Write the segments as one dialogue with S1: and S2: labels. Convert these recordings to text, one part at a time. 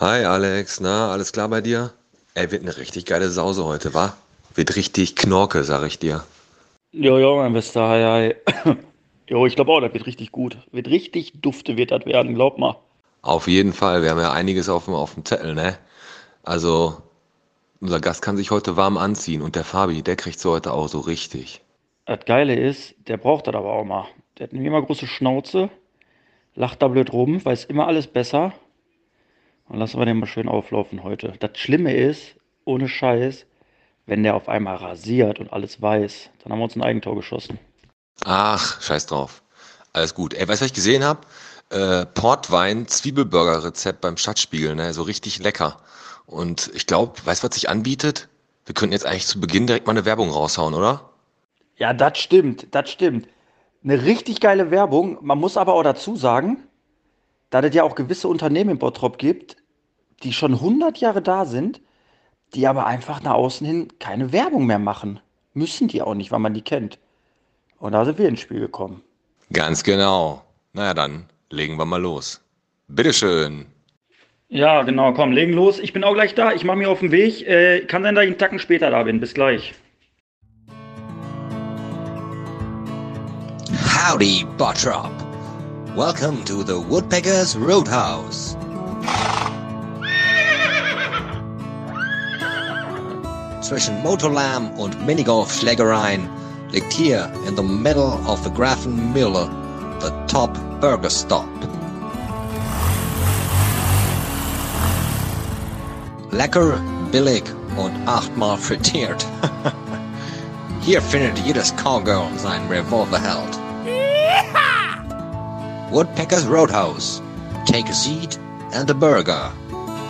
S1: Hi Alex, na, alles klar bei dir? Ey, wird eine richtig geile Sause heute, wa? Wird richtig Knorke, sag ich dir.
S2: Jo, jo, mein Bester, hi, hi. Jo, ich glaube auch, das wird richtig gut. Wird richtig dufte, wird das werden, glaub mal.
S1: Auf jeden Fall, wir haben ja einiges auf dem, auf dem Zettel, ne? Also, unser Gast kann sich heute warm anziehen und der Fabi, der kriegt's heute auch so richtig.
S2: Das Geile ist, der braucht das aber auch mal. Der hat nämlich immer große Schnauze, lacht da blöd rum, weiß immer alles besser. Und lassen wir den mal schön auflaufen heute. Das Schlimme ist, ohne Scheiß, wenn der auf einmal rasiert und alles weiß, dann haben wir uns ein Eigentor geschossen.
S1: Ach, scheiß drauf. Alles gut. Ey, weißt du, was ich gesehen hab? Äh, Portwein, Zwiebelburger-Rezept beim Stadtspiegel, ne? So richtig lecker. Und ich glaube, weißt du, was sich anbietet? Wir könnten jetzt eigentlich zu Beginn direkt mal eine Werbung raushauen, oder?
S2: Ja, das stimmt, das stimmt. Eine richtig geile Werbung. Man muss aber auch dazu sagen, da es ja auch gewisse Unternehmen in Bottrop gibt, die schon 100 Jahre da sind, die aber einfach nach außen hin keine Werbung mehr machen. Müssen die auch nicht, weil man die kennt. Und da sind wir ins Spiel gekommen.
S1: Ganz genau. Naja, dann legen wir mal los. Bitteschön.
S2: Ja, genau, komm, legen los. Ich bin auch gleich da. Ich mache mich auf den Weg. Äh, kann sein, dass ich einen Tacken später da bin. Bis gleich.
S3: Howdy, Bottrop! Welcome to the Woodpecker's Roadhouse. Zwischen Motorlam und Minigolf-Schlägereien liegt hier in the middle of the Grafenmühle the top burger stop. Lecker, billig und achtmal frittiert. Hier findet jedes Cowgirl seinen Revolverheld. Woodpecker's Roadhouse. Take a seat and a burger.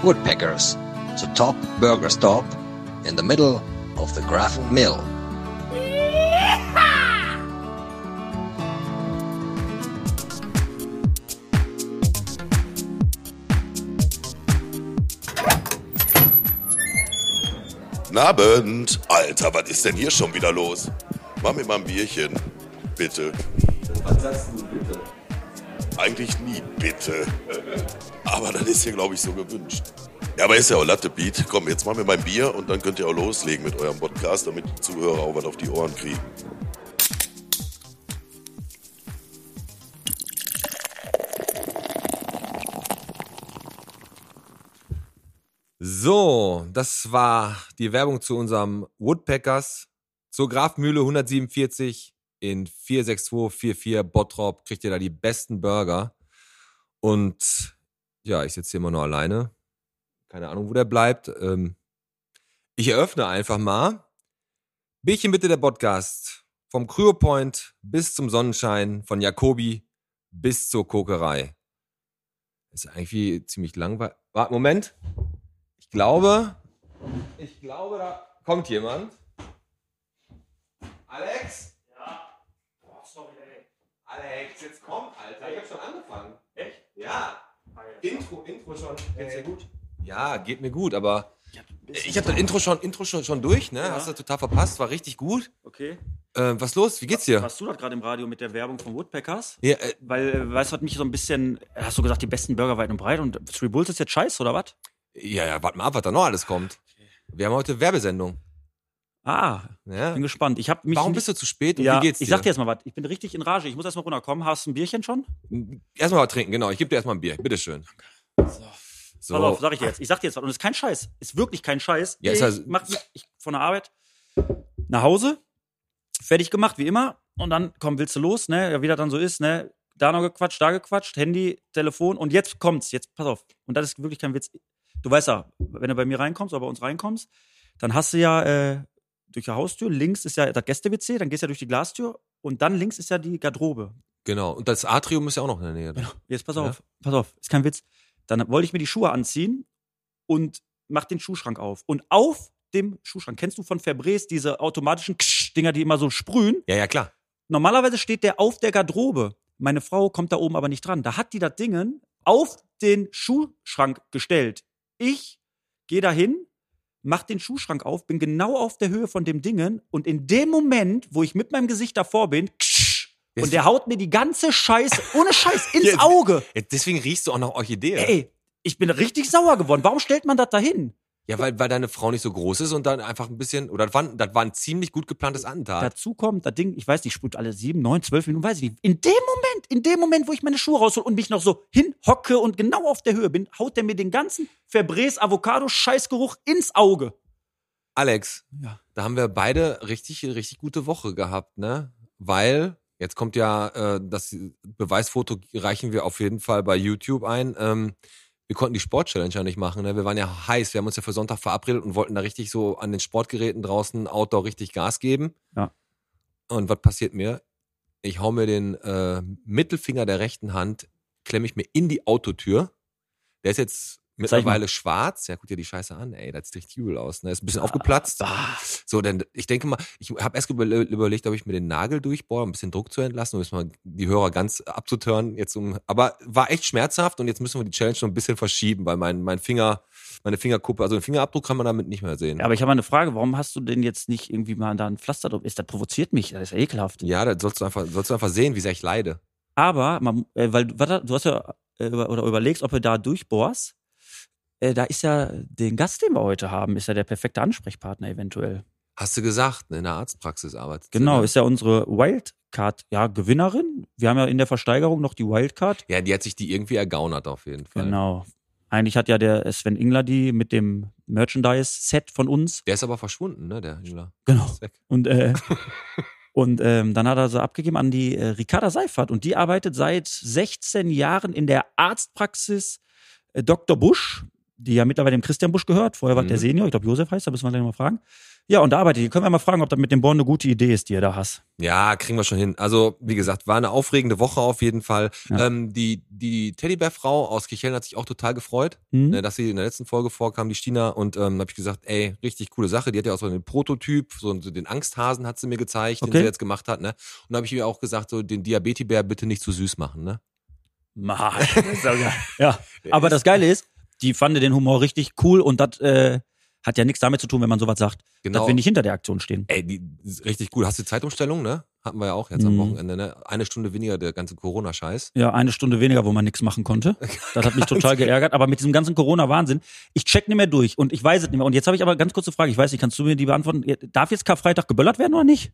S3: Woodpeckers, the top burger stop in the middle of the Grafen Mill.
S4: Guten Abend. Alter, was ist denn hier schon wieder los? Mach mir mal ein Bierchen. Bitte.
S5: Was sagst du bitte?
S4: Eigentlich nie bitte. Aber das ist hier, glaube ich, so gewünscht. Ja, aber ist ja auch Latte Beat. Komm, jetzt mach mir mein Bier und dann könnt ihr auch loslegen mit eurem Podcast, damit die Zuhörer auch was auf die Ohren kriegen.
S6: So, das war die Werbung zu unserem Woodpeckers zur Grafmühle 147 in 46244 Bottrop. Kriegt ihr da die besten Burger. Und ja, ich sitze hier immer nur alleine. Keine Ahnung, wo der bleibt. Ähm, ich eröffne einfach mal. Bierchen bitte der Podcast. Vom Cryopoint bis zum Sonnenschein, von Jakobi bis zur Kokerei. Ist eigentlich wie ziemlich langweilig. Warte, Moment. Ich glaube. Ich glaube, da kommt jemand. Alex? Ja. Boah, sorry, ey. Alex, jetzt komm, Alter. Ich hab schon angefangen. Echt? Ah, Ja. Intro, Intro schon. Geht's dir gut? Ja, geht mir gut, aber ich habe das Intro schon, Intro schon, schon durch, ne? Hast du total verpasst, war richtig gut.
S7: Okay.
S6: Äh, was los? Wie geht's dir?
S7: Warst du das gerade im Radio mit der Werbung von Woodpeckers?
S6: Ja, äh,
S7: Weil, äh, weißt du, hat mich so ein bisschen. Hast du gesagt, die besten Burger weit und breit und Three Bulls ist jetzt scheiße, oder was?
S6: ja, ja, warte mal ab, was da noch alles kommt. Wir haben heute Werbesendung.
S7: Ah,
S6: Ne?
S7: bin gespannt. Ich habe mich.
S6: Warum bist du zu spät und
S7: Ja,
S6: wie geht's dir?
S7: ich sag dir jetzt mal was. Ich bin richtig in Rage. Ich muss erstmal runterkommen. Hast du ein Bierchen schon?
S6: Erstmal was trinken, genau. Ich gebe dir erstmal ein Bier. Bitteschön. So.
S7: Pass auf, sag ich dir jetzt. Ich sag dir jetzt was. Und es ist kein Scheiß. Ist wirklich kein Scheiß.
S6: Ja,
S7: ich
S6: ist also-
S7: mach mich ich, von der Arbeit nach Hause. Fertig gemacht, wie immer. Und dann, komm, willst du los, ne? Ja, Wie das dann so ist, ne? Da noch gequatscht, da gequatscht, Handy, Telefon. Und jetzt kommt's. Jetzt, pass auf. Und das ist wirklich kein Witz. Du weißt ja, wenn du bei mir reinkommst oder bei uns reinkommst, dann hast du ja äh, durch die Haustür, links ist ja das Gäste-WC, dann gehst du ja durch die Glastür und dann links ist ja die Garderobe.
S6: Genau. Und das Atrium ist ja auch noch in der Nähe. da.
S7: Jetzt pass
S6: Ja.
S7: auf, pass auf, ist kein Witz. Dann wollte ich mir die Schuhe anziehen und mach den Schuhschrank auf. Und auf dem Schuhschrank, kennst du von Febrés diese automatischen Dinger, die immer so sprühen?
S6: Ja, ja, klar.
S7: Normalerweise steht der auf der Garderobe. Meine Frau kommt da oben aber nicht dran. Da hat die das Dingen auf den Schuhschrank gestellt. Ich gehe dahin, mach den Schuhschrank auf, bin genau auf der Höhe von dem Dingen und in dem Moment, wo ich mit meinem Gesicht davor bin, und der haut mir die ganze Scheiße ohne Scheiß ins
S6: Jetzt-
S7: Auge.
S6: Ja, Deswegen riechst du auch nach Orchidee.
S7: Ey, ich bin richtig sauer geworden. Warum stellt man das dahin?
S6: Ja, weil, weil deine Frau nicht so groß ist und dann einfach ein bisschen, oder das war, ein- das war ein ziemlich gut geplantes Attentat.
S7: Dazu kommt das Ding, ich weiß nicht, spult alle sieben, neun, zwölf Minuten, weiß ich nicht. In dem Moment, in dem Moment, wo ich meine Schuhe raushol und mich noch so hinhocke und genau auf der Höhe bin, haut der mir den ganzen Verbräs-Avocado-Scheißgeruch ins Auge.
S6: Alex,
S7: Ja.
S6: da haben wir beide richtig, richtig gute Woche gehabt, ne? Weil, jetzt kommt ja, äh, das Beweisfoto reichen wir auf jeden Fall bei YouTube ein. Ähm, wir konnten die Sportchallenge ja nicht machen, ne? Wir waren ja heiß, wir haben uns ja für Sonntag verabredet und wollten da richtig so an den Sportgeräten draußen Outdoor richtig Gas geben.
S7: Ja.
S6: Und was passiert mir? Ich hau mir den äh, Mittelfinger der rechten Hand, klemme ich mir in die Autotür. Der ist jetzt
S7: mal.
S6: mittlerweile schwarz. Ja, guck dir die Scheiße an, ey, das sieht richtig übel aus. Ne? Ist ein bisschen
S7: Ah,
S6: aufgeplatzt. So, denn ich denke mal, ich habe erst über, überlegt, ob ich mir den Nagel durchbohre, um ein bisschen Druck zu entlassen, um jetzt mal die Hörer ganz abzutören. Jetzt um, aber war echt schmerzhaft und jetzt müssen wir die Challenge noch ein bisschen verschieben, weil mein, mein Finger, meine Fingerkuppe, also den Fingerabdruck kann man damit nicht mehr sehen.
S7: Ja, aber ich habe eine Frage, warum hast du denn jetzt nicht irgendwie mal da ein Pflaster drauf? Ist, das provoziert mich, das ist ja ekelhaft.
S6: Ja, da sollst du einfach, sollst du einfach sehen, wie sehr ich leide.
S7: Aber, man, äh, weil, du- warte, du hast ja, äh, über- oder überlegst, ob du da durchbohrst. Äh, da ist ja den Gast, den wir heute haben, ist ja der perfekte Ansprechpartner eventuell.
S6: Hast du gesagt, ne, in der Arztpraxis arbeitet. sie,
S7: Genau,
S6: ne?
S7: ist ja unsere Wildcard, ja, Gewinnerin. Wir haben ja in der Versteigerung noch die Wildcard.
S6: Ja, die hat sich die irgendwie ergaunert auf jeden Fall.
S7: Genau. Eigentlich hat ja der Sven Ingler die mit dem Merchandise-Set von uns.
S6: Der ist aber verschwunden, ne, der Hühler.
S7: Genau.
S6: Ist weg.
S7: Und, äh, und ähm, dann hat er sie abgegeben an die äh, Ricarda Seifert. Und die arbeitet seit 16 Jahren in der Arztpraxis äh, Dr. Busch, die ja mittlerweile dem Christian Busch gehört. Vorher war
S6: Mhm.
S7: der Senior, ich glaube Josef heißt, er, müssen wir gleich noch mal fragen. Ja, und da arbeitet die. Können wir mal fragen, ob das mit dem Born eine gute Idee ist, die ihr da hast.
S6: Ja, kriegen wir schon hin. Also, wie gesagt, war eine aufregende Woche auf jeden Fall.
S7: Ja.
S6: Ähm, die die Teddybär-Frau aus Kichellen hat sich auch total gefreut,
S7: Hm?
S6: ne, dass sie in der letzten Folge vorkam, die Stina. Und ähm, habe ich gesagt, ey, richtig coole Sache. Die hat ja auch so einen Prototyp, so so den Angsthasen hat sie mir gezeigt, den
S7: Okay.
S6: sie jetzt gemacht hat. Ne? Und habe ich ihr auch gesagt, so den Diabetibär bitte nicht zu süß machen. Ne?
S7: Mann, das ist doch geil. ja, aber das Geile ist, die fand den Humor richtig cool und das äh, hat ja nichts damit zu tun, wenn man sowas sagt, dass
S6: Genau.
S7: wir nicht hinter der Aktion stehen.
S6: Ey, die, ist richtig cool. Hast du die Zeitumstellung, ne? Hatten wir ja auch jetzt am
S7: Mhm.
S6: Wochenende, ne? Eine Stunde weniger der ganze Corona-Scheiß.
S7: Ja, eine Stunde weniger, wo man nichts machen konnte. Das hat mich total geärgert. Aber mit diesem ganzen Corona-Wahnsinn, ich check nicht mehr durch und ich weiß es nicht mehr. Und jetzt habe ich aber ganz kurze Frage. Ich weiß nicht, kannst du mir die beantworten? Darf jetzt Karfreitag geböllert werden oder nicht?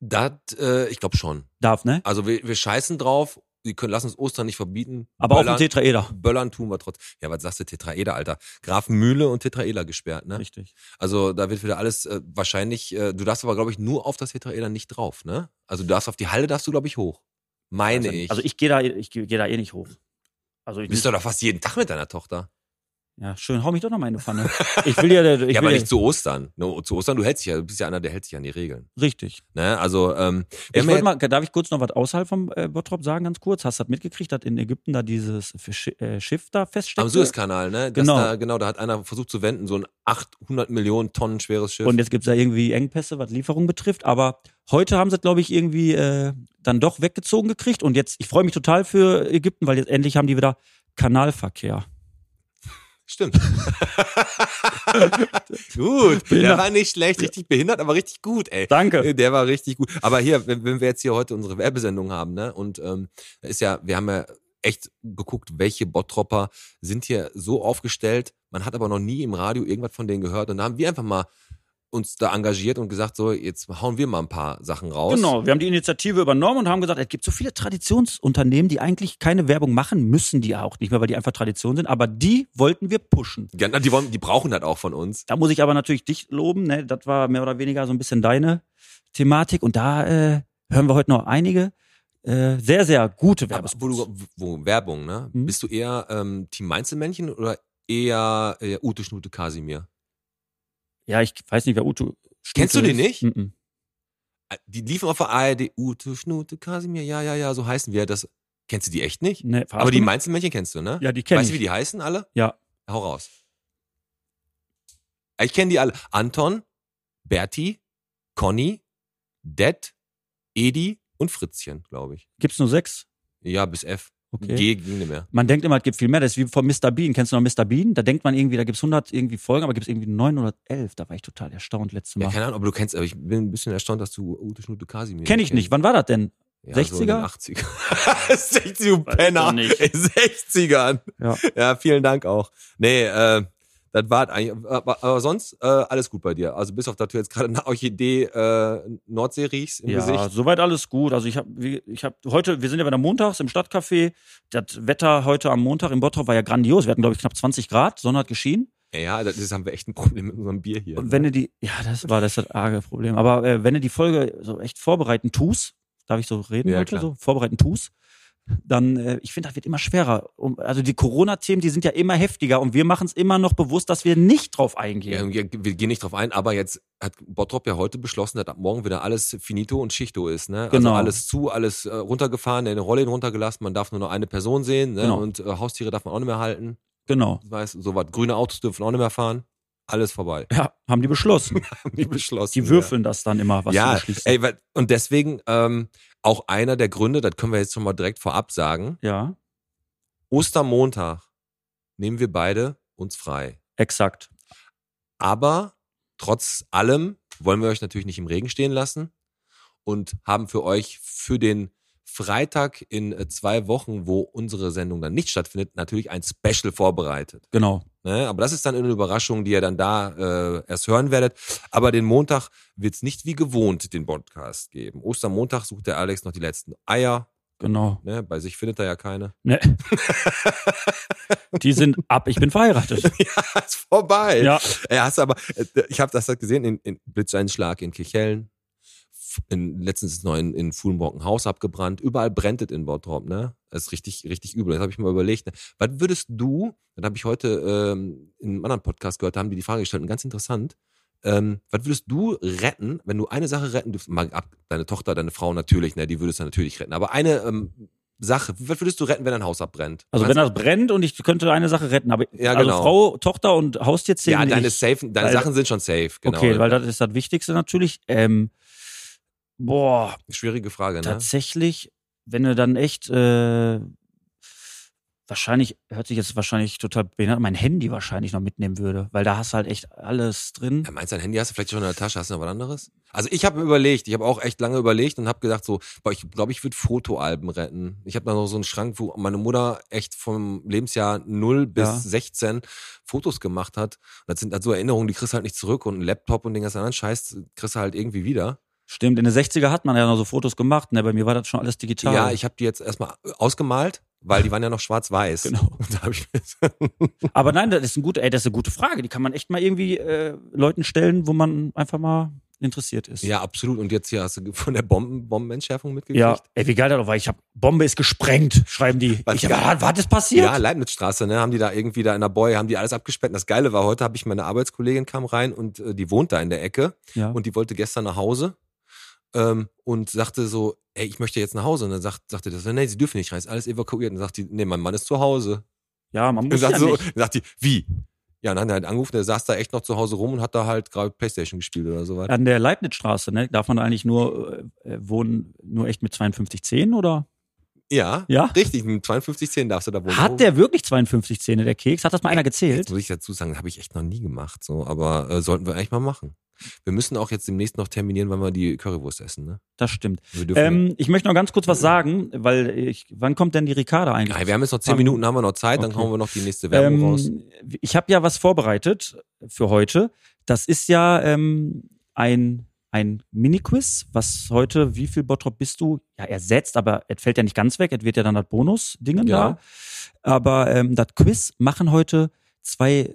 S6: Das, äh, ich glaube schon.
S7: Darf, ne?
S6: Also wir, wir scheißen drauf. Die können, lassen uns Ostern nicht verbieten.
S7: Aber auch
S6: Böllern-
S7: ein Tetraeder.
S6: Böllern tun wir trotz. Ja, was sagst du, Tetraeder, Alter? Grafenmühle und Tetraeder gesperrt, ne?
S7: Richtig.
S6: Also da wird wieder alles äh, wahrscheinlich, äh, du darfst aber, glaube ich, nur auf das Tetraeder nicht drauf, ne? Also du darfst auf die Halle, darfst du, glaube ich, hoch. Meine
S7: also,
S6: ich.
S7: Also ich gehe da, ich gehe da eh nicht hoch. Also
S6: du
S7: ich
S6: bist doch da fast jeden Tag mit deiner Tochter.
S7: ja, schön, hau mich doch noch mal in die Pfanne. Ich will ja, ich will
S6: ja, aber
S7: ja,
S6: nicht zu Ostern. Ne, zu Ostern, du hältst dich ja, du bist ja einer, der hält sich an die Regeln.
S7: richtig.
S6: Ne? Also, ähm,
S7: Ich
S6: wir haben
S7: wollte
S6: ja-
S7: mal, darf ich kurz noch was außerhalb vom äh, Bottrop sagen, ganz kurz? Hast du das mitgekriegt, dass in Ägypten da dieses Fisch, äh, Schiff da feststeckt?
S6: am Suezkanal, ne? Dass
S7: Genau.
S6: Da, genau, da hat einer versucht zu wenden, so ein 800 Millionen Tonnen schweres Schiff.
S7: Und jetzt gibt's da irgendwie Engpässe, was Lieferung betrifft. Aber heute haben sie, glaube ich, irgendwie äh, dann doch weggezogen gekriegt. Und jetzt, ich freue mich total für Ägypten, weil jetzt endlich haben die wieder Kanalverkehr.
S6: Stimmt. gut, der
S7: Behindert.
S6: war nicht schlecht, richtig behindert, aber richtig gut, ey.
S7: Danke.
S6: Der war richtig gut. Aber hier, wenn, wenn wir jetzt hier heute unsere Werbesendung haben, ne, und ähm, ist ja, wir haben ja echt geguckt, welche Bottropper sind hier so aufgestellt. Man hat aber noch nie im Radio irgendwas von denen gehört. Und da haben wir einfach mal uns da engagiert und gesagt, so, jetzt hauen wir mal ein paar Sachen raus.
S7: Genau, wir haben die Initiative übernommen und haben gesagt, es gibt so viele Traditionsunternehmen, die eigentlich keine Werbung machen, müssen die auch nicht mehr, weil die einfach Tradition sind. Aber die wollten wir pushen.
S6: Ja, na, die, wollen, die brauchen das auch von uns.
S7: Da muss ich aber natürlich dich loben. Ne? Das war mehr oder weniger so ein bisschen deine Thematik. Und da äh, hören wir heute noch einige äh, sehr, sehr gute
S6: Aber wo,
S7: Werbespots.
S6: du, wo Werbung, ne?
S7: Mhm.
S6: Bist du eher ähm, Team Mainzelmännchen oder eher äh, Ute Schnute Kasimir?
S7: Ja, ich weiß nicht, wer Utu.
S6: Kennst du
S7: Stute
S6: den
S7: ist.
S6: nicht?
S7: Mhm.
S6: Äh, Die liefen auf der ARD, Ute Schnute Kasimir, ja, ja, ja, so heißen wir das. Kennst du die echt nicht?
S7: Nee, verarsch
S6: Aber die
S7: mich?
S6: Mainzelmännchen kennst du, ne?
S7: Ja, die kenne
S6: weißt
S7: ich.
S6: du, wie die heißen alle?
S7: Ja.
S6: Hau raus. Ich kenne die alle. Anton, Berti, Conny, Det, Edi und Fritzchen, glaube ich.
S7: Gibt's nur sechs?
S6: Ja, bis F.
S7: Okay.
S6: G ging nicht mehr.
S7: Man denkt immer, es gibt viel mehr. Das ist wie von Mr. Bean. Kennst du noch Mr. Bean? Da denkt man irgendwie, da gibt's 100 irgendwie Folgen, aber gibt's irgendwie 911. Da war ich total erstaunt letztes
S6: Ja,
S7: Mal.
S6: keine Ahnung, ob du kennst, aber ich bin ein bisschen erstaunt, dass du Ute Schnute Kasimir
S7: Kenn ich
S6: kennst.
S7: nicht. Wann war das denn?
S6: Ja, so in den
S7: 60er?
S6: 80er. 60 du Penner.
S7: Weiß ich nicht.
S6: In 60ern.
S7: Ja.
S6: ja, vielen Dank auch. Nee, äh, das war eigentlich. Aber, aber sonst äh, alles gut bei dir. Also bis auf, dass du jetzt gerade eine Orchidee äh, Nordsee riechst im
S7: ja,
S6: Gesicht.
S7: soweit alles gut. Also ich habe, ich habe heute, wir sind ja wieder montags im Stadtcafé. Das Wetter heute am Montag in Bottrop war ja grandios. Wir hatten glaube ich knapp 20 Grad, Sonne hat geschienen.
S6: Ja, das ist, haben wir echt ein Problem mit unserem Bier hier.
S7: Und wenn du die, ja, das war das, das arge Problem. Aber äh, wenn du die Folge so echt vorbereiten tust, darf ich so reden
S6: Ja,
S7: heute,
S6: klar.
S7: so vorbereiten tust, dann, äh, ich finde, das wird immer schwerer. Um, also die Corona-Themen, die sind ja immer heftiger und wir machen es immer noch bewusst, dass wir nicht drauf
S6: Ja,
S7: eingehen.
S6: wir wir gehen nicht drauf ein, aber jetzt hat Bottrop ja heute beschlossen, dass ab morgen wieder alles finito und schichto ist. Ne?
S7: Genau.
S6: Also alles zu, alles äh, runtergefahren, in den Rollen runtergelassen, man darf nur noch eine Person sehen ne?
S7: Genau.
S6: und äh, Haustiere darf man auch nicht mehr halten.
S7: Genau.
S6: Weiß, so was. Grüne Autos dürfen auch nicht mehr fahren. Alles vorbei.
S7: Ja, haben die beschlossen.
S6: Haben die beschlossen.
S7: Die würfeln das dann immer, was sie
S6: ja,
S7: beschließen.
S6: ey, weil- und deswegen ähm, auch einer der Gründe, das können wir jetzt schon mal direkt vorab sagen.
S7: Ja,
S6: Ostermontag nehmen wir beide uns frei.
S7: exakt.
S6: Aber trotz allem wollen wir euch natürlich nicht im Regen stehen lassen und haben für euch für den Freitag in äh, zwei Wochen, wo unsere Sendung dann nicht stattfindet, natürlich ein Special vorbereitet.
S7: Genau.
S6: Ne? Aber das ist dann eine Überraschung, die ihr dann da äh, erst hören werdet. Aber den Montag wird es nicht wie gewohnt den Podcast geben. Ostermontag sucht der Alex noch die letzten Eier.
S7: Genau.
S6: Ne? Bei sich findet er ja keine.
S7: Ne. die sind ab. Ich bin verheiratet.
S6: ja, ist vorbei.
S7: Ja.
S6: Ja, hast du aber, äh, ich habe das halt gesehen in, in Blitzeinschlag in Kirchhellen. f- In, letztens ist noch in, in Fuhlenbrocken Haus abgebrannt. Überall brennt es in Bottrop, ne? Das ist richtig, richtig übel. Das habe ich mir überlegt. Ne? Was würdest du, das habe ich heute ähm, in einem anderen Podcast gehört, da haben die die Frage gestellt und ganz interessant. Ähm, was würdest du retten, wenn du eine Sache retten dürftest? Mal ab, deine Tochter, deine Frau natürlich, ne? Die würdest du natürlich retten. Aber eine ähm, Sache, was würdest du retten, wenn dein Haus abbrennt?
S7: Also wenn das brennt und ich könnte eine Sache retten, aber
S6: Ja,
S7: also
S6: genau.
S7: Frau, Tochter und Haustier zählen
S6: ja,
S7: nicht.
S6: deine, safe, deine
S7: Weil-
S6: Sachen sind schon safe. Genau.
S7: Okay, weil das ist das Wichtigste natürlich. Ähm, boah,
S6: Schwierige Frage, ne?
S7: tatsächlich, wenn du dann echt äh, wahrscheinlich, hört sich jetzt wahrscheinlich total behindert, an, mein Handy wahrscheinlich noch mitnehmen würde, weil da hast du halt echt alles drin.
S6: Ja, meinst du, dein Handy hast du vielleicht schon in der Tasche? Hast du noch was anderes? Also ich habe überlegt, ich habe auch echt lange überlegt und habe gedacht so, boah, ich glaube, ich würde Fotoalben retten. Ich habe da noch so einen Schrank, wo meine Mutter echt vom Lebensjahr 0 bis
S7: Ja.
S6: 16 Fotos gemacht hat. Und das sind halt so Erinnerungen, die kriegst du halt nicht zurück und einen Laptop und den ganzen anderen Scheiß kriegst du halt irgendwie wieder.
S7: Stimmt, in den 60er hat man ja noch so Fotos gemacht, ne? Bei mir war das schon alles digital.
S6: Ja, ich habe die jetzt erstmal ausgemalt, weil die waren ja noch schwarz-weiß.
S7: Genau.
S6: Und da hab ich
S7: Aber nein, das ist eine gute, ey, das ist eine gute Frage. Die kann man echt mal irgendwie äh, Leuten stellen, wo man einfach mal interessiert ist.
S6: ja, absolut. Und jetzt hier hast du von der Bomben Bombenentschärfung mitgekriegt?
S7: Ja, ey, wie geil das doch war. Ich hab, Bombe ist gesprengt, schreiben die.
S6: Was
S7: ich,
S6: geil.
S7: was, was ist passiert?
S6: Ja, Leibnizstraße, ne? Haben die da irgendwie da in der Boy, haben die alles abgesperrt. Und das Geile war, heute habe ich meine Arbeitskollegin kam rein und äh, die wohnt da in der Ecke
S7: Ja.
S6: und die wollte gestern nach Hause ähm, und sagte so, ey, ich möchte jetzt nach Hause. Und dann sagt, sagte das, nee, sie dürfen nicht rein, ist alles evakuiert. Und sagt die, nee, mein Mann ist zu Hause.
S7: ja man
S6: Und also
S7: muss ja
S6: sagt, so,
S7: nicht.
S6: und sagt die, wie? Ja, und dann hat er halt angerufen, der saß da echt noch zu Hause rum und hat da halt gerade Playstation gespielt oder sowas.
S7: An der Leibnizstraße, ne, darf man da eigentlich nur äh, äh, wohnen, nur echt mit 5210 oder?
S6: Ja,
S7: Ja?
S6: richtig, mit 5210 darfst du da wohnen. Oh.
S7: Hat der wirklich 5210 der Keks? Hat das mal einer
S6: Jetzt
S7: gezählt?
S6: muss ich dazu sagen, habe ich echt noch nie gemacht, so, aber äh, sollten wir eigentlich mal machen. Wir müssen auch jetzt demnächst noch terminieren, wann wir die Currywurst essen, ne?
S7: Das stimmt.
S6: Wir dürfen
S7: Ähm, ich möchte noch ganz kurz was sagen, weil ich, wann kommt denn die Ricarda eigentlich?
S6: ja, Nein, wir haben jetzt noch zehn Minuten, haben wir noch Zeit, dann
S7: Okay.
S6: hauen wir noch die nächste Werbung raus.
S7: Ähm, ich habe ja was vorbereitet für heute. Das ist ja ähm, ein, ein Mini-Quiz, was heute, wie viel Bottrop bist du? Ja, ersetzt, aber es fällt ja nicht ganz weg. Es wird ja dann das Bonus-Dingen
S6: Ja.
S7: da. Aber ähm, das Quiz machen heute zwei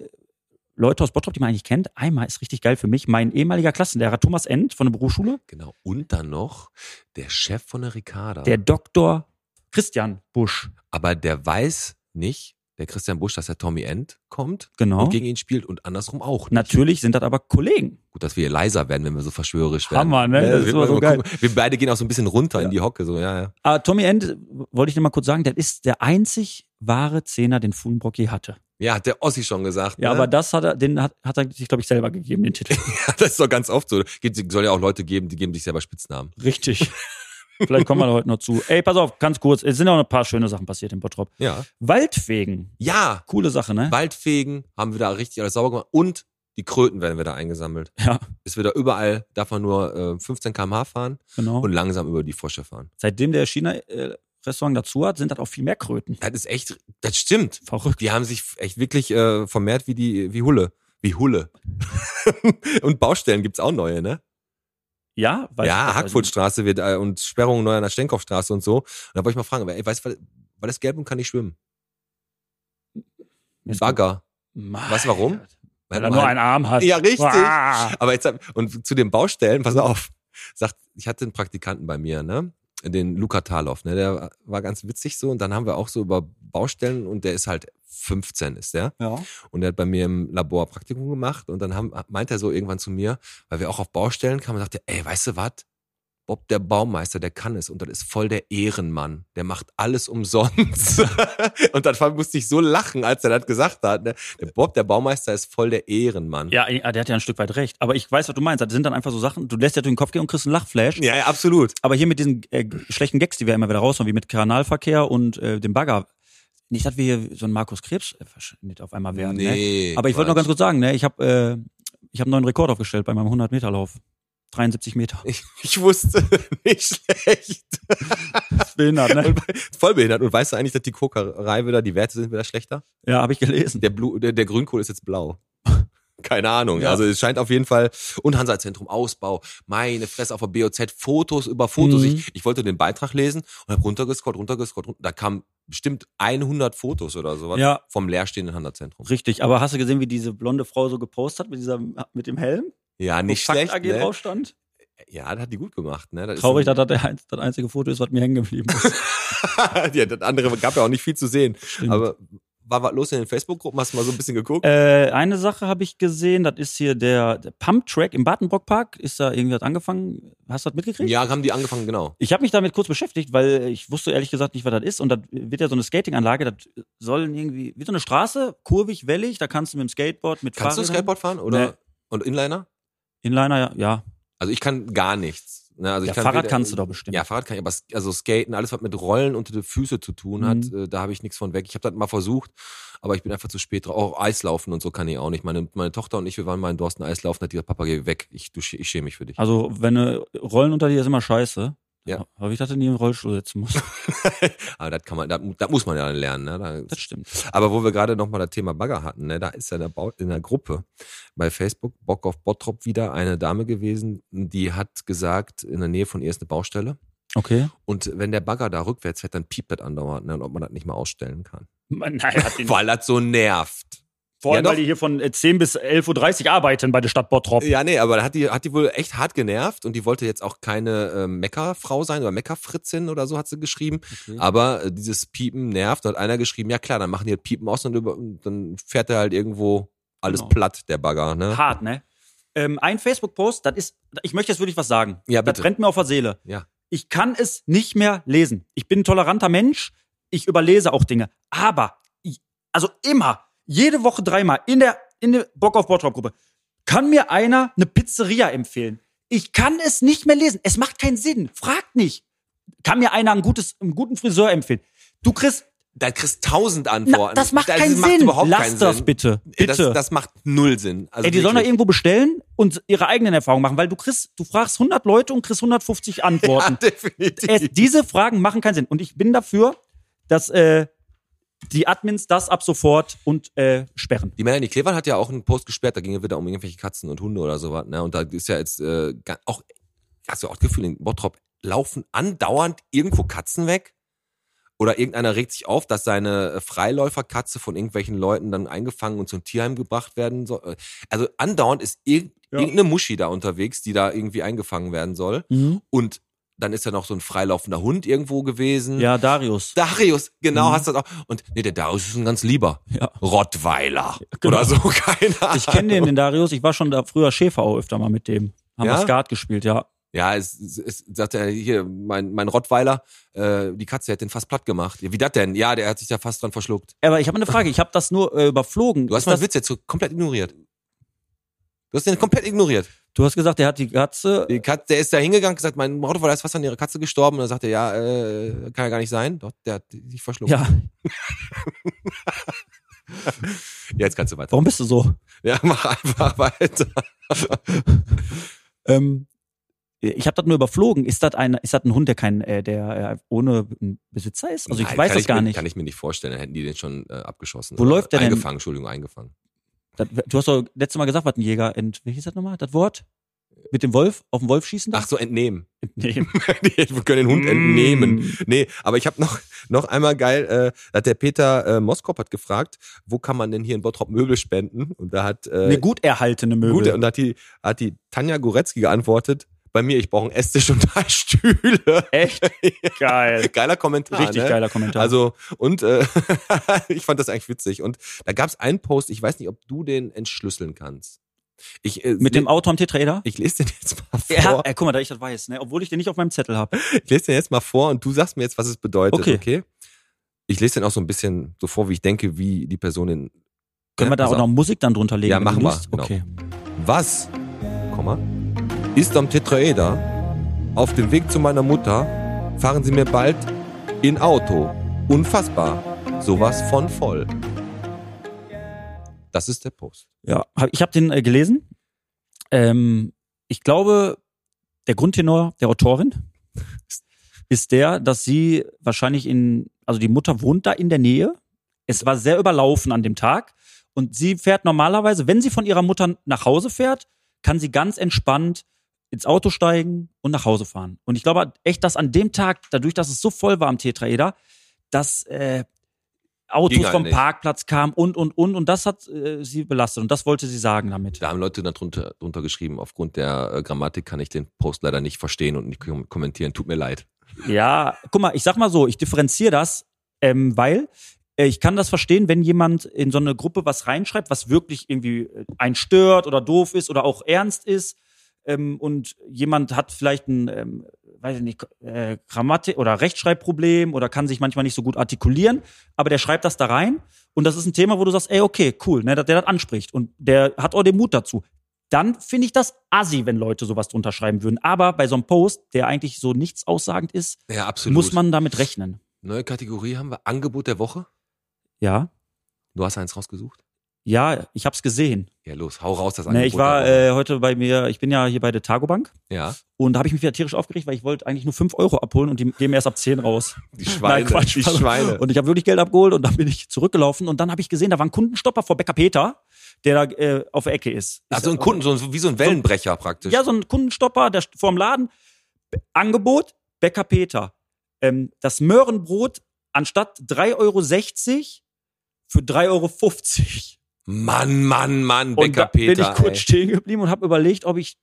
S7: Leute aus Bottrop, die man eigentlich kennt. Einmal ist richtig geil für mich, mein ehemaliger Klassenlehrer Thomas End von der Berufsschule,
S6: Genau. Und dann noch der Chef von der Ricarda.
S7: der Doktor Christian Busch.
S6: aber der weiß nicht, der Christian Busch, dass der Tommy End kommt
S7: Genau.
S6: und gegen ihn spielt und andersrum auch. Nicht.
S7: Natürlich sind das aber Kollegen.
S6: Gut, dass wir hier leiser werden, wenn wir so verschwörerisch werden.
S7: Hammer, ne? Das ist
S6: wir,
S7: immer so
S6: wir-
S7: geil.
S6: Wir beide gehen auch so ein bisschen runter in die Hocke, so, ja, ja.
S7: Ah, Tommy End, wollte ich dir mal kurz sagen, der ist der einzig wahre Zehner, den Fulenbrock je hatte.
S6: Ja, hat der Ossi schon gesagt.
S7: Ja,
S6: ne?
S7: aber das hat er, den hat, hat er sich, glaube ich, selber gegeben, den Titel.
S6: Das ist doch ganz oft so. Gibt- Soll ja auch Leute geben, die geben sich selber Spitznamen.
S7: Richtig. Vielleicht kommen wir da heute noch zu. Ey, pass auf, ganz kurz. Es sind auch noch ein paar schöne Sachen passiert in Bottrop.
S6: Ja.
S7: Waldwegen.
S6: Ja,
S7: Coole Sache, ne?
S6: Waldfegen haben wir da richtig alles sauber gemacht. Und Die Kröten werden wieder eingesammelt.
S7: Ja,
S6: Ist wieder überall, darf man nur äh, 15 km/h fahren
S7: genau.
S6: und langsam über die Frösche fahren.
S7: seitdem der China-Restaurant dazu hat, sind das auch viel mehr Kröten.
S6: Das ist echt, das stimmt.
S7: Verrückt.
S6: Die haben sich echt wirklich äh, vermehrt wie die, wie Hulle. Wie Hulle. und Baustellen gibt's auch neue, ne?
S7: Ja, weiß ich
S6: ja,
S7: nicht.
S6: Hackfurtstraße wird äh, und Sperrung neu an der Stenkopfstraße und so. Und da wollte ich mal fragen, aber, ey, weißt du, weil, weil das gelb und kann nicht schwimmen.
S7: Jetzt-
S6: Bagger.
S7: Mann,
S6: Weißt du warum?
S7: Weil er nur einen Arm hat.
S6: Ja, richtig.
S7: Ah.
S6: Aber jetzt hab, und zu den Baustellen, pass auf. Sagt, ich hatte einen Praktikanten bei mir, ne? Den Luca Talow, ne? Der war ganz witzig so und dann haben wir auch so über Baustellen und der ist halt 15 ist der
S7: Ja.
S6: und der hat bei mir im Labor Praktikum gemacht und dann haben, meint er so irgendwann zu mir, weil wir auch auf Baustellen kamen und sagte, ey, weißt du was? Bob der Baumeister, der kann es und das ist voll der Ehrenmann. Der macht alles umsonst. und dann musste ich so lachen, als er das gesagt hat. Ne? Der Bob der Baumeister ist voll der Ehrenmann.
S7: Ja, ja, der hat ja ein Stück weit recht. Aber ich weiß, was du meinst. Das sind dann einfach so Sachen, du lässt ja durch den Kopf gehen und kriegst einen Lachflash.
S6: Ja, ja, absolut.
S7: Aber hier mit diesen äh, schlechten Gags, die wir immer wieder raushauen, wie mit Kanalverkehr und äh, dem Bagger. Nicht, dass wir hier so einen Markus Krebs äh, nicht auf einmal werden. Ne? Aber ich wollte noch ganz kurz sagen, ne, ich habe äh, ich hab einen neuen Rekord aufgestellt bei meinem 100-Meter-Lauf. 73 Meter.
S6: Ich, ich wusste nicht schlecht.
S7: Behindert, ne?
S6: Und, voll behindert. Und weißt du eigentlich, dass die Kokerei wieder, die Werte sind wieder schlechter?
S7: Ja, habe ich gelesen.
S6: Der, Blu, der, der Grünkohl ist jetzt blau. Keine Ahnung.
S7: Ja.
S6: Also es scheint auf jeden Fall. Und Hansa-Zentrum, Ausbau, meine Fresse auf der BOZ, Fotos über Fotos.
S7: Mhm.
S6: Ich, ich wollte den Beitrag lesen und habe runtergescrollt, runtergescrollt. runter- Da kamen bestimmt 100 Fotos oder sowas
S7: Ja.
S6: vom leerstehenden Hansa-Zentrum.
S7: Richtig, aber hast du gesehen, wie diese blonde Frau so gepostet hat mit, dieser, mit dem Helm?
S6: Ja, nicht
S7: Wo Fakt
S6: schlecht.
S7: AG
S6: Ne?
S7: drauf stand?
S6: Ja, das hat die gut gemacht. Ne? Das ist
S7: Traurig,
S6: so-
S7: dass das der ein- das einzige Foto ist, was mir hängen geblieben ist.
S6: ja, das andere gab ja auch nicht viel zu sehen.
S7: Stimmt.
S6: Aber war was los in den Facebook-Gruppen? Hast du mal so ein bisschen geguckt?
S7: Äh, eine Sache habe ich gesehen, das ist hier der, der Pump-Track im Badenbrock Park. Ist da irgendwas angefangen? Hast du das mitgekriegt?
S6: ja, haben die angefangen, genau.
S7: Ich habe mich damit kurz beschäftigt, weil ich wusste ehrlich gesagt nicht, was das ist. Und das wird ja so eine Skatinganlage, das sollen irgendwie, wie so eine Straße, kurvig, wellig, da kannst du mit dem Skateboard, mit
S6: Kannst du
S7: Fahrrädern-
S6: Skateboard fahren oder
S7: Nee.
S6: und Inliner?
S7: Inliner, ja. ja.
S6: Also ich kann gar nichts. Ne? Also
S7: ja
S6: ich kann
S7: Fahrrad
S6: weder-
S7: kannst du doch bestimmt.
S6: Ja, Fahrrad kann ich, aber Sk- also Skaten, alles was mit Rollen unter die Füße zu tun hat,
S7: Mhm.
S6: äh, da habe ich nichts von weg. Ich habe das mal versucht, aber ich bin einfach zu spät drauf. Auch Eislaufen und so kann ich auch nicht. Meine, meine Tochter und ich, wir waren mal in Dorsten Eislaufen, hat die gesagt, Papa, geh weg. Ich, du, sch- ich schäme mich für dich.
S7: Also, wenn eine Rollen unter dir ist immer scheiße.
S6: Ja.
S7: Aber ich dachte, nie in den Rollstuhl setzen muss.
S6: aber das kann man, das, das muss man ja lernen. Ne? Da,
S7: Das stimmt.
S6: Aber wo wir gerade nochmal das Thema Bagger hatten, ne, da ist ja in der, Bau- in der Gruppe bei Facebook Bock auf Bottrop wieder eine Dame gewesen, die hat gesagt, in der Nähe von ihr ist eine Baustelle.
S7: Okay.
S6: Und wenn der Bagger da rückwärts fährt, dann piept das andauernd, ne, und ob man das nicht mal ausstellen kann.
S7: Man, nein, hat den,
S6: Weil das so nervt.
S7: vor allem,
S6: Ja, doch.
S7: weil die hier von äh, 10 bis 11.30 Uhr arbeiten bei der Stadt Bottrop.
S6: Ja, nee, aber da hat die, hat die wohl echt hart genervt und die wollte jetzt auch keine äh, Meckerfrau sein oder Meckerfritzin oder so hat sie geschrieben. Aber äh, dieses Piepen nervt. Da hat einer geschrieben, ja klar, dann machen die das Piepen aus und, über, und dann fährt er halt irgendwo alles
S7: Genau.
S6: platt, der Bagger. Ne?
S7: Hart, ne? Ähm, ein Facebook-Post, das ist, ich möchte jetzt wirklich was sagen.
S6: Ja,
S7: Das
S6: bitte.
S7: brennt mir auf der Seele.
S6: Ja.
S7: Ich kann es nicht mehr lesen. Ich bin ein toleranter Mensch. Ich überlese auch Dinge. Aber, ich, also immer, jede Woche dreimal in der, in der Bock auf Bottrop-Gruppe, kann mir einer eine Pizzeria empfehlen. Ich kann es nicht mehr lesen. Es macht keinen Sinn. Fragt nicht. Kann mir einer ein gutes, einen guten Friseur empfehlen? Du kriegst,
S6: Da kriegst tausend
S7: na,
S6: Antworten. also,
S7: das macht
S6: das
S7: keinen
S6: macht
S7: Sinn.
S6: Überhaupt
S7: Lass
S6: keinen
S7: das
S6: Sinn.
S7: bitte.
S6: Ey,
S7: Bitte.
S6: Das, das macht null Sinn. Also
S7: Ey, die sollen doch
S6: wirklich.
S7: irgendwo bestellen und ihre eigenen Erfahrungen machen, weil du kriegst, du fragst 100 Leute und kriegst 150
S6: ja,
S7: Antworten.
S6: definitiv.
S7: Ey, diese Fragen machen keinen Sinn. Und ich bin dafür, dass äh, die Admins das ab sofort und äh, sperren.
S6: Die Melanie Klevern hat ja auch einen Post gesperrt, da ging es wieder um irgendwelche Katzen und Hunde oder sowas. Ne? Und da ist ja jetzt äh, ga- auch, hast du auch das Gefühl, in Bottrop laufen andauernd irgendwo Katzen weg? Oder irgendeiner regt sich auf, dass seine äh, Freiläuferkatze von irgendwelchen Leuten dann eingefangen und zum Tierheim gebracht werden soll. Äh, Also andauernd ist irg
S7: Ja.
S6: irgendeine Muschi da unterwegs, die da irgendwie eingefangen werden soll. Und dann ist ja noch so ein freilaufender Hund irgendwo gewesen.
S7: Ja, Darius.
S6: Darius, genau,
S7: Mhm.
S6: hast du das auch. Und nee, der Darius ist ein ganz lieber.
S7: Ja.
S6: Rottweiler.
S7: genau.
S6: Oder so, keine Ahnung.
S7: Ich kenne den, den Darius. Ich war schon da früher Schäfer auch öfter mal mit dem. Haben
S6: Ja?
S7: wir Skat gespielt, ja.
S6: Ja, es, es, es sagt er hier, mein, mein Rottweiler, äh, die Katze hat den fast platt gemacht. Ja, Wie das denn? Ja, der hat sich da fast dran verschluckt.
S7: Aber ich habe eine Frage. Ich habe das nur äh, überflogen.
S6: Du hast
S7: Ist
S6: meinen
S7: das,
S6: Witz jetzt so komplett ignoriert. Du hast den komplett ignoriert.
S7: du hast gesagt, der hat die Katze.
S6: Die Katze, der ist da hingegangen, gesagt, mein Rottweiler ist fast an ihrer Katze gestorben. Und dann sagt er, ja, äh, kann ja gar nicht sein. Doch, der hat sich verschluckt.
S7: Ja,
S6: Jetzt kannst du weiter.
S7: Warum bist du so?
S6: Ja, mach einfach weiter.
S7: Ähm, ich habe das nur überflogen. Ist das ein, ist das ein Hund, der kein, äh, der äh, ohne einen Besitzer ist? Also ich
S6: Nein,
S7: weiß
S6: kann
S7: das gar
S6: mir,
S7: nicht.
S6: Kann ich mir nicht vorstellen, dann hätten die den schon äh, abgeschossen.
S7: Wo
S6: Oder
S7: läuft der denn?
S6: Eingefangen, Entschuldigung, eingefangen.
S7: Das, du hast doch letztes Mal gesagt, was ein Jäger ent, wie hieß das nochmal? Das Wort? Mit dem Wolf? Auf den Wolf schießen?
S6: Ach Hm. so, entnehmen.
S7: nee.
S6: Wir können den Hund
S7: Mm.
S6: entnehmen. Nee, aber ich habe noch, noch einmal geil, äh, da hat der Peter äh, Moskop hat gefragt, wo kann man denn hier in Bottrop Möbel spenden? Und da hat, äh,
S7: Eine gut erhaltene Möbel.
S6: gut, und da hat die, hat die Tanja Goretzki geantwortet, bei mir, ich brauche einen Esstisch und drei Stühle.
S7: Echt geil.
S6: Geiler Kommentar.
S7: Richtig
S6: ne?
S7: geiler Kommentar.
S6: Also, und äh, ich fand das eigentlich witzig. Und da gab es einen Post, ich weiß nicht, ob du den entschlüsseln kannst. Ich, äh,
S7: mit dem Auto am Tetraeder?
S6: ich lese den jetzt mal vor.
S7: Ja, ey, guck mal, da ich das weiß, ne? Obwohl ich den nicht auf meinem Zettel habe.
S6: Ich lese den jetzt mal vor und du sagst mir jetzt, was es bedeutet, okay?
S7: Okay.
S6: Ich lese den auch so ein bisschen so vor, wie ich denke, wie die Person den.
S7: Können
S6: Ja,
S7: wir da
S6: pass
S7: auch noch
S6: auf.
S7: Musik dann drunter legen?
S6: Ja,
S7: wenn
S6: machen
S7: du
S6: wir,
S7: Lust?
S6: genau.
S7: Okay.
S6: Was, Komma, ist am Tetraeder auf dem Weg zu meiner Mutter? Fahren Sie mir bald in Auto. Unfassbar. Sowas von voll. Das ist der Post.
S7: Ja, hab, ich habe den äh, gelesen. Ähm, ich glaube, der Grundtenor der Autorin ist der, dass sie wahrscheinlich in, also die Mutter wohnt da in der Nähe. Es war sehr überlaufen an dem Tag. Und sie fährt normalerweise, wenn sie von ihrer Mutter nach Hause fährt, kann sie ganz entspannt ins Auto steigen und nach Hause fahren. Und ich glaube echt, dass an dem Tag, dadurch, dass es so voll war am Tetraeder, dass äh, Autos
S6: Ging halt
S7: vom
S6: nicht.
S7: Parkplatz kamen und, und, und. Und das hat äh, sie belastet. Und das wollte sie sagen damit.
S6: Da haben Leute dann drunter, drunter geschrieben, aufgrund der äh, Grammatik kann ich den Post leider nicht verstehen und nicht kom kommentieren. Tut mir leid.
S7: Ja, guck mal, ich sag mal so, ich differenziere das, ähm, weil äh, ich kann das verstehen, wenn jemand in so eine Gruppe was reinschreibt, was wirklich irgendwie äh, einen stört oder doof ist oder auch ernst ist. Ähm, und jemand hat vielleicht ein, ähm, weiß ich nicht, äh, Grammatik- oder Rechtschreibproblem oder kann sich manchmal nicht so gut artikulieren, aber der schreibt das da rein und das ist ein Thema, wo du sagst, ey, okay, cool, ne, dass der das anspricht und der hat auch den Mut dazu. Dann finde ich das assi, wenn Leute sowas drunter schreiben würden. Aber bei so einem Post, der eigentlich so nichts aussagend ist,
S6: Ja, absolut.
S7: muss man damit rechnen.
S6: Neue Kategorie haben wir. Angebot der Woche.
S7: Ja,
S6: Du hast eins rausgesucht?
S7: ja, ich habe es gesehen.
S6: Ja, los. Hau raus das Angebot.
S7: Ne, ich war
S6: der Woche.
S7: äh, heute bei mir, ich bin ja hier bei der Tagobank
S6: ja,
S7: und da habe ich mich wieder tierisch aufgeregt, weil ich wollte eigentlich nur 5 Euro abholen und die geben erst ab 10 raus.
S6: die Schweine.
S7: Nein, Quatsch.
S6: die Schweine.
S7: Und ich habe wirklich Geld abgeholt und dann bin ich zurückgelaufen und dann habe ich gesehen, da war ein Kundenstopper vor Bäcker Peter, der da äh, auf der Ecke ist.
S6: Ach,
S7: Ist- äh,
S6: so ein Kunden, so ein, wie so ein Wellenbrecher praktisch.
S7: Ja, so ein Kundenstopper, der st- vorm Laden. B- Angebot, Bäcker Peter. Ähm, das Möhrenbrot anstatt 3,60 Euro für 3,50 Euro.
S6: Mann, Mann, Mann,
S7: Und da
S6: Bäcker Peter.
S7: bin ich kurz
S6: ey.
S7: stehen geblieben und habe überlegt, ob ich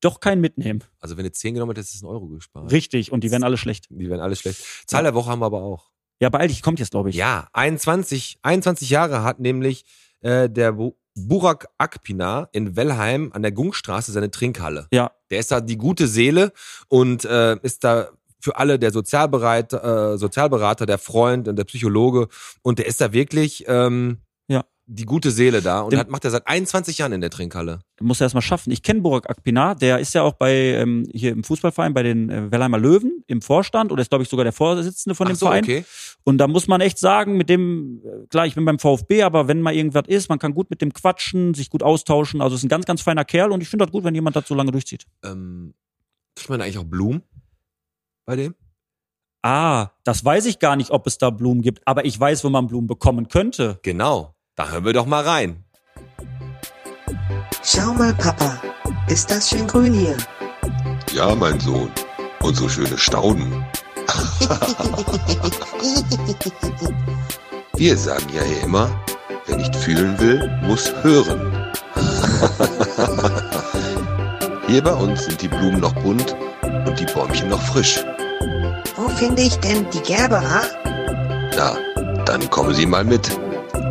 S7: doch keinen mitnehme.
S6: Also wenn du 10 genommen hättest, ist ein Euro gespart.
S7: Richtig, und die werden alle schlecht.
S6: Die wären alle schlecht. Zahl der Woche haben wir aber auch.
S7: Ja, beeil dich, kommt jetzt, glaube ich.
S6: Ja, 21, 21 Jahre hat nämlich äh, der Bu Burak Akpina in Wellheim an der Gungstraße seine Trinkhalle.
S7: Ja.
S6: Der ist da die gute Seele und äh, ist da für alle der Sozialberater, äh, Sozialberater, der Freund und der Psychologe. Und der ist da wirklich ähm,
S7: Ja.
S6: die gute Seele da und
S7: Dem-
S6: hat, macht er seit 21 Jahren in der Trinkhalle.
S7: Muss er erstmal schaffen. Ich kenne Burak Akpinar, der ist ja auch bei ähm, hier im Fußballverein bei den äh, Wellheimer Löwen im Vorstand oder ist, glaube ich, sogar der Vorsitzende von
S6: Ach
S7: dem
S6: so,
S7: Verein.
S6: okay.
S7: Und da muss man echt sagen, mit dem, äh, klar, ich bin beim VfB, aber wenn mal irgendwas ist, man kann gut mit dem quatschen, sich gut austauschen. Also ist ein ganz, ganz feiner Kerl und ich finde das gut, wenn jemand das so lange durchzieht.
S6: Ähm, kriegt man da eigentlich auch Blumen bei dem?
S7: Ah, das weiß ich gar nicht, ob es da Blumen gibt, aber ich weiß, wo man Blumen bekommen könnte.
S6: Genau. Da hören wir doch mal rein.
S8: Schau mal, Papa, ist das schön grün hier?
S1: Ja, mein Sohn. Und so schöne Stauden. Wir sagen ja hier immer, wer nicht fühlen will, muss hören. Hier bei uns sind die Blumen noch bunt und die Bäumchen noch frisch.
S8: Wo finde ich denn die Gerbera?
S1: Na, dann kommen Sie mal mit.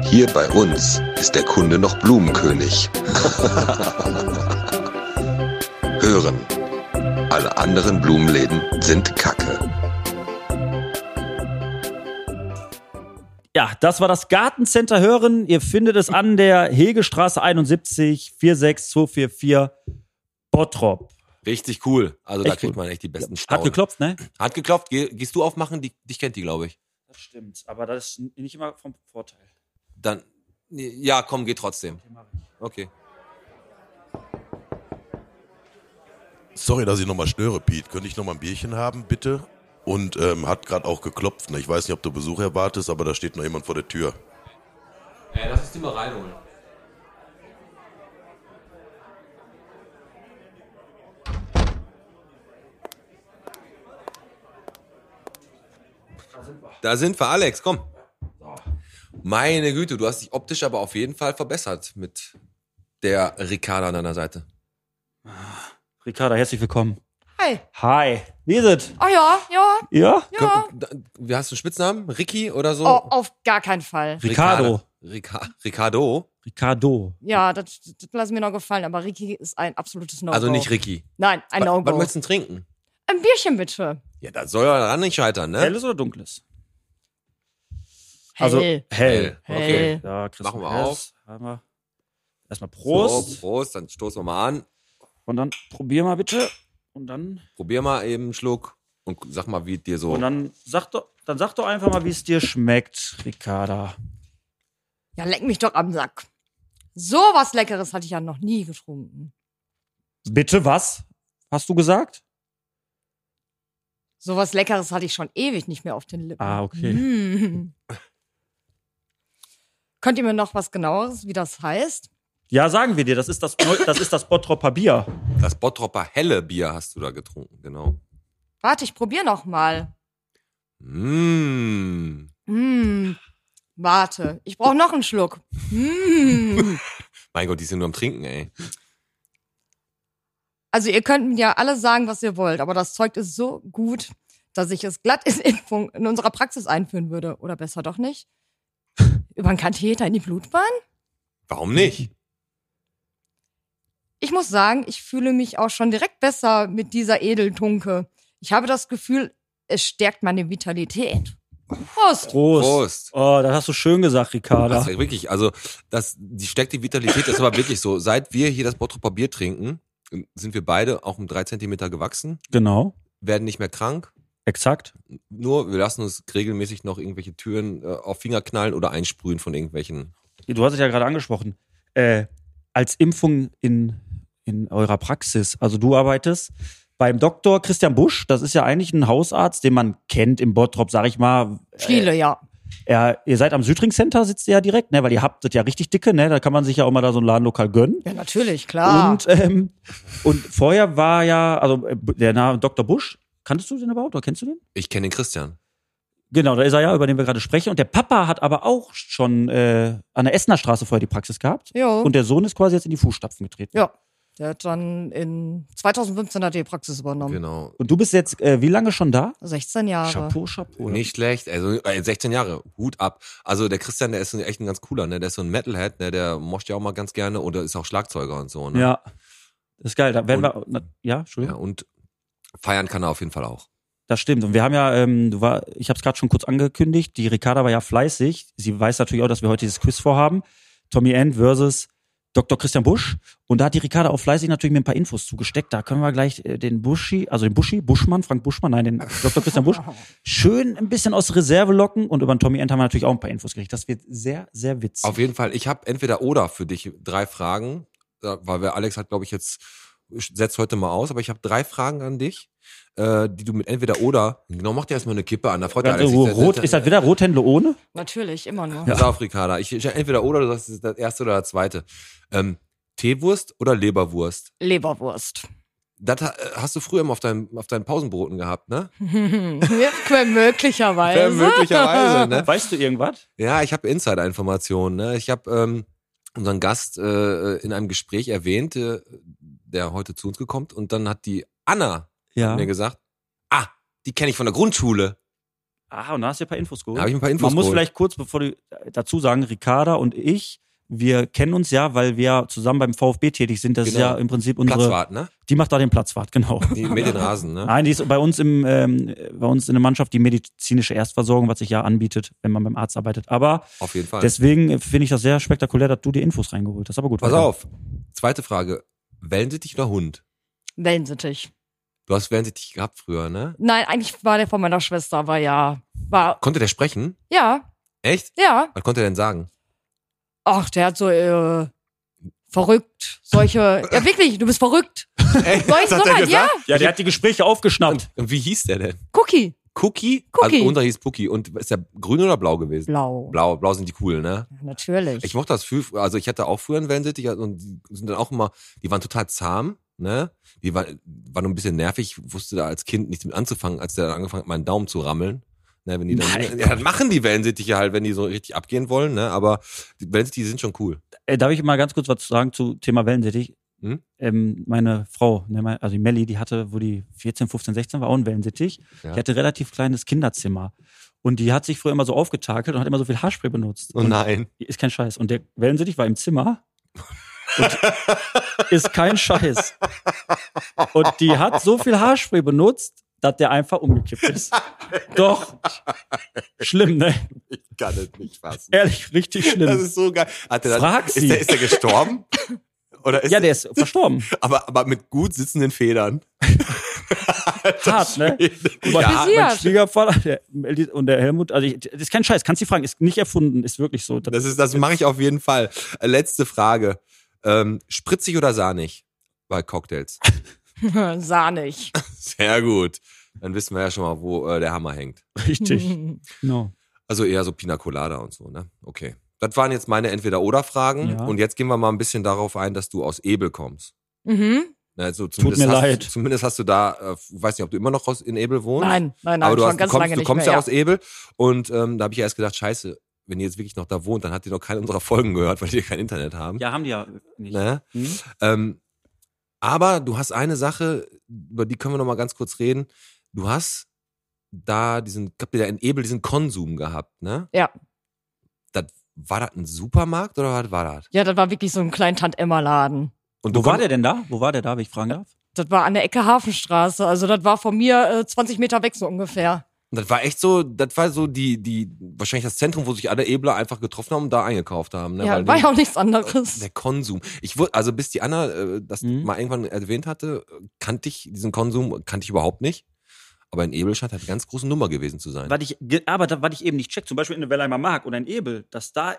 S1: Hier bei uns ist der Kunde noch Blumenkönig. Hören. Alle anderen Blumenläden sind Kacke.
S7: Ja, das war das Gartencenter Hören. Ihr findet es an der Hegestraße 71 46244 Bottrop.
S6: Richtig cool. Also da
S7: Echt
S6: kriegt
S7: cool.
S6: man echt die besten Staunen.
S7: Hat geklopft, ne?
S6: Hat geklopft. Geh, gehst du aufmachen? Die, dich kennt die, glaube ich.
S7: Das stimmt, aber das ist nicht immer vom Vorteil.
S6: Dann Ja, komm, geh trotzdem. Okay.
S4: Sorry, dass ich nochmal störe, Pete. Könnte ich nochmal ein Bierchen haben, bitte? Und ähm, hat gerade auch geklopft. Ne? Ich weiß nicht, ob du Besuch erwartest, aber da steht noch jemand vor der Tür.
S6: Ey, Äh, lass uns die mal reinholen. Da sind wir, Alex, komm. Meine Güte, du hast dich optisch aber auf jeden Fall verbessert mit der Ricarda an deiner Seite.
S7: Ricarda, herzlich willkommen.
S9: Hi.
S7: Hi. Wie ist es?
S9: Oh ja, ja,
S7: Ja?
S9: ja.
S6: Komm, da- Wie hast du einen Spitznamen? Ricky oder so?
S9: Oh, auf gar keinen Fall.
S7: Ricardo.
S6: Rica Ricardo?
S7: Ricardo.
S9: Ja, das, das lassen mir noch gefallen, aber Ricky ist ein absolutes No-Go.
S6: Also nicht Ricky.
S9: Nein, ein
S6: Wa- Was
S9: No-Go.
S6: möchtest du denn trinken?
S9: Ein Bierchen bitte.
S6: Ja, das soll ja daran nicht scheitern, ne?
S7: Helles oder dunkles?
S9: Hell.
S6: Also-
S7: hell.
S6: Okay.
S9: Also Hell.
S7: Ja, Chris
S6: Machen wir
S7: helles. Haben wir. Erstmal
S6: So,
S7: Prost.
S6: Prost, dann stoßen wir mal an.
S7: Und dann probier mal bitte. Und dann,
S6: Probier mal eben einen Schluck und sag mal, wie es dir so.
S7: und dann sag doch, dann sag doch einfach mal, wie es dir schmeckt, Ricarda.
S9: Ja, leck mich doch am Sack. So was Leckeres hatte ich ja noch nie getrunken.
S7: Bitte was? Hast du gesagt?
S9: So was Leckeres hatte ich schon ewig nicht mehr auf den Lippen.
S7: Ah, okay.
S9: Mm. Könnt ihr mir noch was genaueres, wie das heißt?
S7: Ja, sagen wir dir, das ist das, Neu- das, ist das Bottropper Bier.
S6: Das Bottropper helle Bier hast du da getrunken, genau.
S9: Warte, ich probier noch mal.
S6: Mmh.
S9: Mm. Warte, ich brauche noch einen Schluck. Mm.
S6: Mein Gott, die sind nur am Trinken, ey.
S9: Also ihr könnt mir ja alle sagen, was ihr wollt, aber das Zeug ist so gut, dass ich es glatt in, Impfung in unserer Praxis einführen würde. Oder besser doch nicht. Über einen Katheter in die Blutbahn?
S6: Warum nicht?
S9: Ich muss sagen, ich fühle mich auch schon direkt besser mit dieser Edeltunke. Ich habe das Gefühl, es stärkt meine Vitalität. Prost!
S7: Prost.
S6: Prost.
S7: Oh, das hast du schön gesagt, Ricarda.
S6: Das ist wirklich, also das, die steckt die Vitalität, das ist aber wirklich so. Seit wir hier das Bottroper Bier trinken, sind wir beide auch um drei Zentimeter gewachsen,
S7: Genau.
S6: werden nicht mehr krank.
S7: Exakt.
S6: Nur wir lassen uns regelmäßig noch irgendwelche Türen äh, auf Finger knallen oder einsprühen von irgendwelchen.
S7: Du hast es ja gerade angesprochen. Äh, als Impfung in, in eurer Praxis, also du arbeitest beim Doktor Christian Busch, das ist ja eigentlich ein Hausarzt, den man kennt im Bottrop, sag ich mal. Äh,
S9: Viele, ja.
S7: Er, ihr seid am Südring Center, sitzt ihr ja direkt, ne? Weil ihr habt das ja richtig dicke, ne? Da kann man sich ja auch mal da so ein Ladenlokal gönnen.
S9: Ja, natürlich, klar.
S7: Und, ähm, und vorher war ja, also äh, der Name Dr. Busch, kanntest du den überhaupt oder kennst du den?
S6: Ich kenne den Christian.
S7: Genau, da ist er ja, über den wir gerade sprechen. Und der Papa hat aber auch schon äh, an der Essener Straße vorher die Praxis gehabt.
S9: Jo.
S7: Und der Sohn ist quasi jetzt in die Fußstapfen getreten.
S9: Oh. ja. Der hat dann in 2015 hat er die Praxis übernommen.
S6: Genau.
S7: Und du bist jetzt äh, wie lange schon da?
S9: 16 Jahre.
S7: Chapeau, Chapeau.
S6: Nicht schlecht, also äh, 16 Jahre, Hut ab. Also der Christian, der ist echt ein ganz cooler, ne? Der ist so ein Metalhead, ne? Der moscht ja auch mal ganz gerne oder ist auch Schlagzeuger und so, ne?
S7: Ja. Das ist geil. Da werden
S6: Und-
S7: wir, na, ja, Entschuldigung.
S6: ja. Und feiern kann er auf jeden Fall auch.
S7: Das stimmt. Und wir haben ja, ähm, du war, ich habe es gerade schon kurz angekündigt, die Ricarda war ja fleißig. Sie weiß natürlich auch, dass wir heute dieses Quiz vorhaben. Tommy End versus Dr. Christian Busch. Und da hat die Ricarda auch fleißig natürlich mir ein paar Infos zugesteckt. Da können wir gleich äh, den Buschi, also den Buschi, Buschmann, Frank Buschmann, nein, den Dr. Christian Busch, schön ein bisschen aus Reserve locken. Und über den Tommy End haben wir natürlich auch ein paar Infos gekriegt. Das wird sehr, sehr witzig.
S6: Auf jeden Fall, ich habe entweder oder für dich drei Fragen, äh, weil wir Alex hat, glaube ich, jetzt setzt heute mal aus, aber ich habe drei Fragen an dich, äh, die du mit entweder oder. Genau, mach dir erstmal eine Kippe an, da freut der Alex.
S7: also,
S6: sich.
S7: rot, ist das wieder Rothändler ohne?
S9: Natürlich, immer nur.
S6: Pass auf, Ricarda. Ich, ich entweder oder, du sagst es ist das erste oder das zweite. Ähm, Teewurst oder Leberwurst?
S9: Leberwurst.
S6: Das ha- äh, hast du früher immer auf deinem auf deinen Pausenbroten gehabt, ne?
S9: Ja, möglicherweise.
S6: Ja, möglicherweise, ne?
S7: Weißt du irgendwas?
S6: Ja, ich habe Insider-Informationen. Ne? Ich habe ähm, unseren Gast äh, in einem Gespräch erwähnt, äh, der heute zu uns gekommen und dann hat die Anna
S7: Ja.
S6: mir gesagt, ah, die kenne ich von der Grundschule.
S7: Ah, und da hast du dir ein paar Infos geholt.
S6: Da habe ich ein paar Infos
S7: Man muss
S6: geholt.
S7: vielleicht kurz, bevor du äh, dazu sagen, Ricarda und ich, wir kennen uns ja, weil wir zusammen beim VfB tätig sind. Das ist
S6: Genau.
S7: ja im Prinzip unsere. Ah,
S6: Platzwart, ne?
S7: Die macht da den Platzwart, genau.
S6: Die, mit den Rasen, ne?
S7: Nein, die ist bei uns im, ähm, bei uns in der Mannschaft die medizinische Erstversorgung, was sich ja anbietet, wenn man beim Arzt arbeitet. Aber
S6: Auf jeden Fall.
S7: deswegen äh, finde ich das sehr spektakulär, dass du dir Infos reingeholt hast. Aber gut.
S6: Pass
S7: weiter.
S6: auf. Zweite Frage. Wellensittich oder Hund?
S9: Wellensittich.
S6: Du hast Wellensittich gehabt früher, ne?
S9: Nein, eigentlich war der von meiner Schwester, aber ja. War,
S6: Konnte der sprechen?
S9: ja,
S6: Echt?
S9: ja.
S6: Was konnte er denn sagen?
S9: ach, der hat so äh, verrückt, solche, ja wirklich, du bist verrückt.
S6: Ey,
S9: Solche, so weit, ja,
S7: Ja, der hat die Gespräche aufgeschnappt.
S6: Und wie hieß der denn?
S9: Cookie,
S6: Cookie?
S9: Cookie.
S6: Also unser hieß Cookie. Und ist der grün oder blau gewesen?
S9: blau,
S6: Blau, blau sind die cool, ne?
S9: Ja, natürlich.
S6: Ich mochte das früh, also ich hatte auch früher einen Wellensittich also und die sind dann auch immer, die waren total zahm, ne? Die war, waren ein bisschen nervig, wusste da als Kind nichts mit anzufangen, als der dann angefangen hat, meinen Daumen zu rammeln. Ne, wenn die dann,
S7: Nein.
S6: ja, das machen die Wellensittiche halt, wenn die so richtig abgehen wollen, ne? Aber die Wellensittiche sind schon cool.
S7: Äh, darf ich mal ganz kurz was sagen zu Thema Wellensittich?
S6: Hm?
S7: Ähm, meine Frau, ne, mein- also die Melli, die hatte, wo die 14, 15, 16 war, auch ein Wellensittich.
S6: Ja.
S7: Die hatte ein relativ kleines Kinderzimmer. Und die hat sich früher immer so aufgetakelt und hat immer so viel Haarspray benutzt.
S6: Oh
S7: und
S6: nein.
S7: Ist kein Scheiß. Und der Wellensittich war im Zimmer. Und ist kein Scheiß. Und die hat so viel Haarspray benutzt, dass der einfach umgekippt ist. Doch. Schlimm, ne?
S6: Ich kann es nicht fassen.
S7: Ehrlich, richtig
S6: Das
S7: schlimm.
S6: ist so geil. Hat der
S7: Frag
S6: dann, ist,
S7: sie.
S6: der, ist der gestorben? Oder ist
S7: Ja, der ist verstorben.
S6: aber, aber mit gut sitzenden Federn.
S7: Hart, ne? Mein-
S6: Ja,
S7: mein Schwiegervater der, Meldi- und der Helmut, also ich, das ist kein Scheiß, kannst du fragen, ist nicht erfunden, ist wirklich so.
S6: Das, ist, das mache ich auf jeden Fall. Äh, Letzte Frage. Ähm, spritzig oder sahnig bei Cocktails?
S9: Sahnig.
S6: Sehr gut. Dann wissen wir ja schon mal, wo äh, der Hammer hängt.
S7: richtig. No.
S6: Also eher so Pina Colada und so, ne? Okay. Das waren jetzt meine Entweder-Oder-Fragen.
S7: Ja.
S6: Und jetzt gehen wir mal ein bisschen darauf ein, dass du aus Ebel kommst.
S9: mhm.
S6: Also zumindest
S7: mir
S6: hast,
S7: leid.
S6: Zumindest hast du da, äh, weiß nicht, ob du immer noch aus, in Ebel wohnst.
S9: Nein, nein, nein,
S6: aber du,
S9: schon
S6: hast, du
S9: ganz
S6: kommst,
S9: lange
S6: du
S9: nicht
S6: kommst
S9: mehr.
S6: ja
S9: ja.
S6: aus E- Ebel und ähm, da habe ich erst gedacht, scheiße, wenn ihr jetzt wirklich noch da wohnt, dann habt ihr noch keine unserer Folgen gehört, weil die kein Internet haben.
S7: Ja, haben die ja nicht.
S6: Ne?
S7: Hm?
S6: Ähm, aber du hast eine Sache, über die können wir noch mal ganz kurz reden. Du hast da diesen, habt ihr da in Ebel diesen Konsum gehabt, ne?
S9: Ja.
S6: Das, war das ein Supermarkt oder was war das?
S9: ja, das war wirklich so ein kleiner Tant-Emma-Laden.
S6: Und
S7: Wo
S6: du
S7: war
S6: konnt-
S7: der denn da? Wo war der da, wenn ich fragen darf?
S9: Das war an der Ecke Hafenstraße. Also das war von mir äh, 20 Meter weg so ungefähr.
S6: Und das war echt so, das war so die, die, wahrscheinlich das Zentrum, wo sich alle Ebler einfach getroffen haben und da eingekauft haben, ne?
S9: Ja,
S6: Weil
S9: war
S6: die-
S9: ja auch nichts anderes.
S6: der Konsum. Ich wurde, also bis die Anna äh, das
S7: Mhm.
S6: mal irgendwann erwähnt hatte, kannte ich diesen Konsum, kannte ich überhaupt nicht. Aber in Ebel scheint halt eine ganz große Nummer gewesen zu sein.
S7: Was ich, ge- ah, aber da, was ich eben nicht check, zum Beispiel in der Wellheimer Mark oder in Ebel, dass da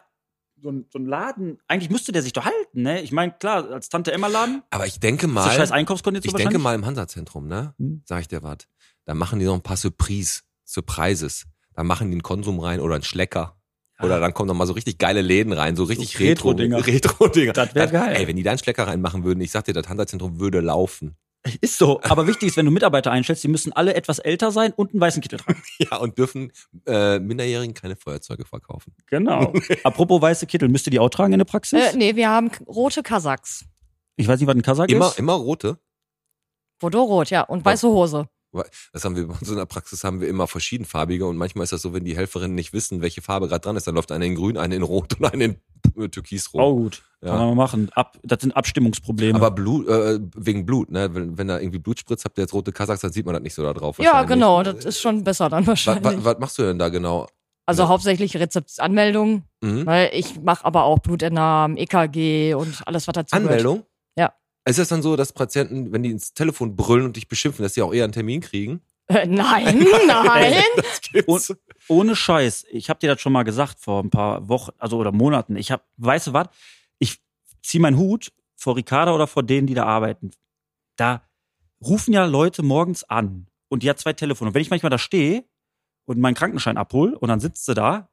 S7: so ein, so ein Laden, eigentlich müsste der sich doch halten, ne? Ich meine, klar, als Tante Emma Laden,
S6: Aber ich denke
S7: ist das scheiß
S6: mal,
S7: Einkaufskondition
S6: ich denke
S7: wahrscheinlich.
S6: mal im Hansa-Zentrum, ne?
S7: Mhm.
S6: Sag ich dir was. Da machen die noch ein paar Surprise, Surprises. Da machen die einen Konsum rein oder einen Schlecker. Oder dann kommen noch mal so richtig geile Läden rein, so richtig
S7: Ah. Retro-Dinger.
S6: Retro-Dinger.
S7: Das wär geil.
S6: Ey, wenn die da einen Schlecker reinmachen würden, ich sag dir, das Hansa-Zentrum würde laufen.
S7: Ist so. Aber wichtig ist, wenn du Mitarbeiter einstellst, die müssen alle etwas älter sein und einen weißen Kittel tragen.
S6: Ja, und dürfen äh, Minderjährigen keine Feuerzeuge verkaufen.
S7: Genau. Apropos weiße Kittel, müsst ihr die auch tragen in der Praxis?
S9: Äh, nee, wir haben k- rote Kasachs.
S7: Ich weiß nicht, was ein Kasak
S6: Immer,
S7: ist.
S6: immer rote.
S9: Bordeaux-rot, ja. Und weiße Hose.
S6: Das haben wir bei uns in der Praxis haben wir immer verschiedenfarbige und manchmal ist das so, wenn die Helferinnen nicht wissen, welche Farbe gerade dran ist, dann läuft eine in grün, eine in rot und eine in äh, türkisrot.
S7: Auch gut.
S6: Ja.
S7: Kann man mal machen. Ab, das sind Abstimmungsprobleme.
S6: Aber Blut, äh, wegen Blut, ne? Wenn, wenn da irgendwie Blut spritzt, habt ihr jetzt rote Kasachs, dann sieht man das nicht so da drauf.
S9: Ja,
S6: wahrscheinlich.
S9: genau. Das ist schon besser dann
S6: Wa-
S9: wahrscheinlich.
S6: wa- Was machst du denn da genau?
S9: also hauptsächlich Rezeptanmeldungen,
S6: Mhm.
S9: weil ich mache aber auch Blutentnahmen, EKG und alles, was dazu gehört.
S6: Anmeldung?
S9: Ja.
S6: Ist das dann so, dass Patienten, wenn die ins Telefon brüllen und dich beschimpfen, dass die auch eher einen Termin kriegen?
S9: Äh, nein, nein.
S7: Und, ohne Scheiß, ich habe dir das schon mal gesagt vor ein paar Wochen, also oder Monaten. Ich habe, weißt du was? Ich zieh meinen Hut vor Ricarda oder vor denen, die da arbeiten. Da rufen ja Leute morgens an und die hat zwei Telefone. Und wenn ich manchmal da stehe und meinen Krankenschein abhole und dann sitzt sie da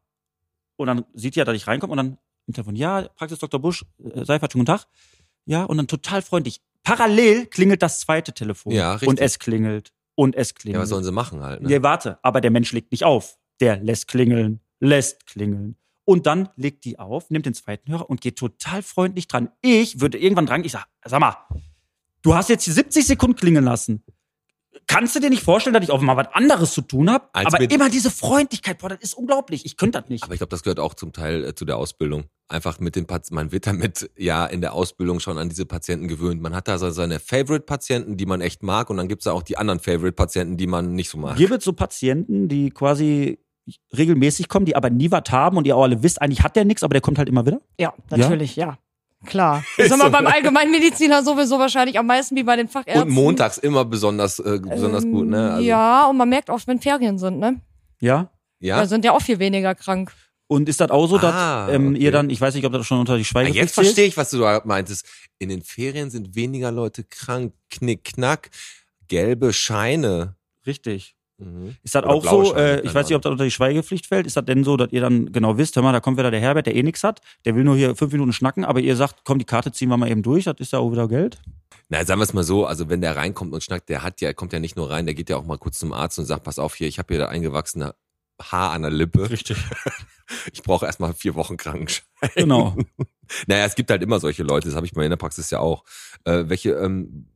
S7: und dann sieht die ja, dass ich reinkomme und dann im Telefon, ja, Praxis Dr. Busch, äh, Seifert, schönen guten Tag. Ja, und dann total freundlich. Parallel klingelt das zweite Telefon.
S6: Ja, richtig.
S7: Und es klingelt. Und es klingelt.
S6: Ja, was sollen sie machen halt? Ne?
S7: Ja, warte, aber der Mensch legt nicht auf. Der lässt klingeln, lässt klingeln. Und dann legt die auf, nimmt den zweiten Hörer und geht total freundlich dran. Ich würde irgendwann dran, ich sag, sag mal, du hast jetzt hier 70 Sekunden klingeln lassen. Kannst du dir nicht vorstellen, dass ich auch mal was anderes zu tun habe?
S6: Als
S7: Aber
S6: mit-
S7: immer diese Freundlichkeit, boah, das ist unglaublich. Ich könnte das nicht.
S6: Aber ich glaube, das gehört auch zum Teil äh, zu der Ausbildung. Einfach mit den Patienten, man wird damit ja in der Ausbildung schon an diese Patienten gewöhnt. Man hat da so seine Favorite-Patienten, die man echt mag und dann gibt's da auch die anderen Favorite-Patienten, die man nicht so mag.
S7: Hier wird so Patienten, die quasi regelmäßig kommen, die aber nie was haben und ihr auch alle wisst, eigentlich hat der nichts, aber der kommt halt immer wieder.
S9: Ja, natürlich, ja. Klar. Das haben wir beim Allgemeinmediziner sowieso wahrscheinlich am meisten wie bei den Fachärzten.
S6: Und montags immer besonders, äh, besonders gut,
S7: Ähm,
S6: ne? Also,
S9: Ja, und man merkt oft, wenn Ferien sind, ne?
S7: Ja.
S6: ja?
S9: Da sind ja auch viel weniger krank.
S7: Und ist das auch Also so, dass
S6: Ah,
S7: ähm,
S6: okay.
S7: ihr dann, ich weiß nicht, ob das schon unter die
S6: Ah,
S7: Schweige
S6: jetzt verstehe ich, was du da meintest. In den Ferien sind weniger Leute krank. Knick, knack. Gelbe Scheine.
S7: Richtig.
S6: Mhm.
S7: Ist das
S6: Oder
S7: auch
S6: blaue
S7: so,
S6: Scheine,
S7: äh,
S6: keine
S7: ich weiß nicht, ob das unter die Schweigepflicht fällt, ist das denn so, dass ihr dann genau wisst, hör mal, da kommt wieder der Herbert, der eh nichts hat, der will nur hier fünf Minuten schnacken, aber ihr sagt, komm, die Karte ziehen wir mal eben durch, das ist ja auch wieder Geld.
S6: Na, sagen wir es mal so, also wenn der reinkommt und schnackt, der hat ja, kommt ja nicht nur rein, der geht ja auch mal kurz zum Arzt und sagt, pass auf hier, ich habe hier da eingewachsene Haar an der Lippe.
S7: Richtig.
S6: Ich brauche erstmal vier Wochen Krankenschein.
S7: Genau.
S6: Naja, es gibt halt immer solche Leute, das habe ich mal in der Praxis ja auch. Äh, welche, ähm,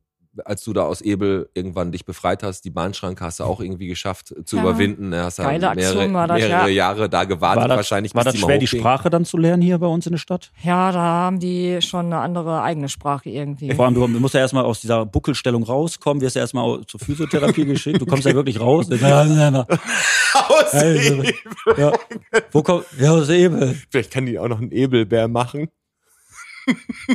S6: als du da aus Ebel irgendwann dich befreit hast, die Bahnschranke hast du auch irgendwie geschafft äh, zu
S9: Ja.
S6: überwinden. Ne? Hast
S9: Geile
S6: ja mehrere,
S9: Aktion war das,
S6: mehrere
S9: ja.
S6: Jahre da gewartet,
S7: War das,
S6: wahrscheinlich
S7: war
S6: bis
S7: das
S6: die mal
S7: schwer, die
S6: hochging.
S7: Sprache dann zu lernen hier bei uns in der Stadt?
S9: Ja, da haben die schon eine andere eigene Sprache irgendwie.
S7: Vor allem, du musst ja erstmal aus dieser Buckelstellung rauskommen, wirst ja erstmal zur Physiotherapie geschickt, du kommst ja wirklich raus. Ja, ja, ja.
S6: Aus
S7: Also,
S6: Ebel.
S7: ja. Wo kommt, ja, aus Ebel.
S6: Vielleicht kann die auch noch einen Ebelbär machen.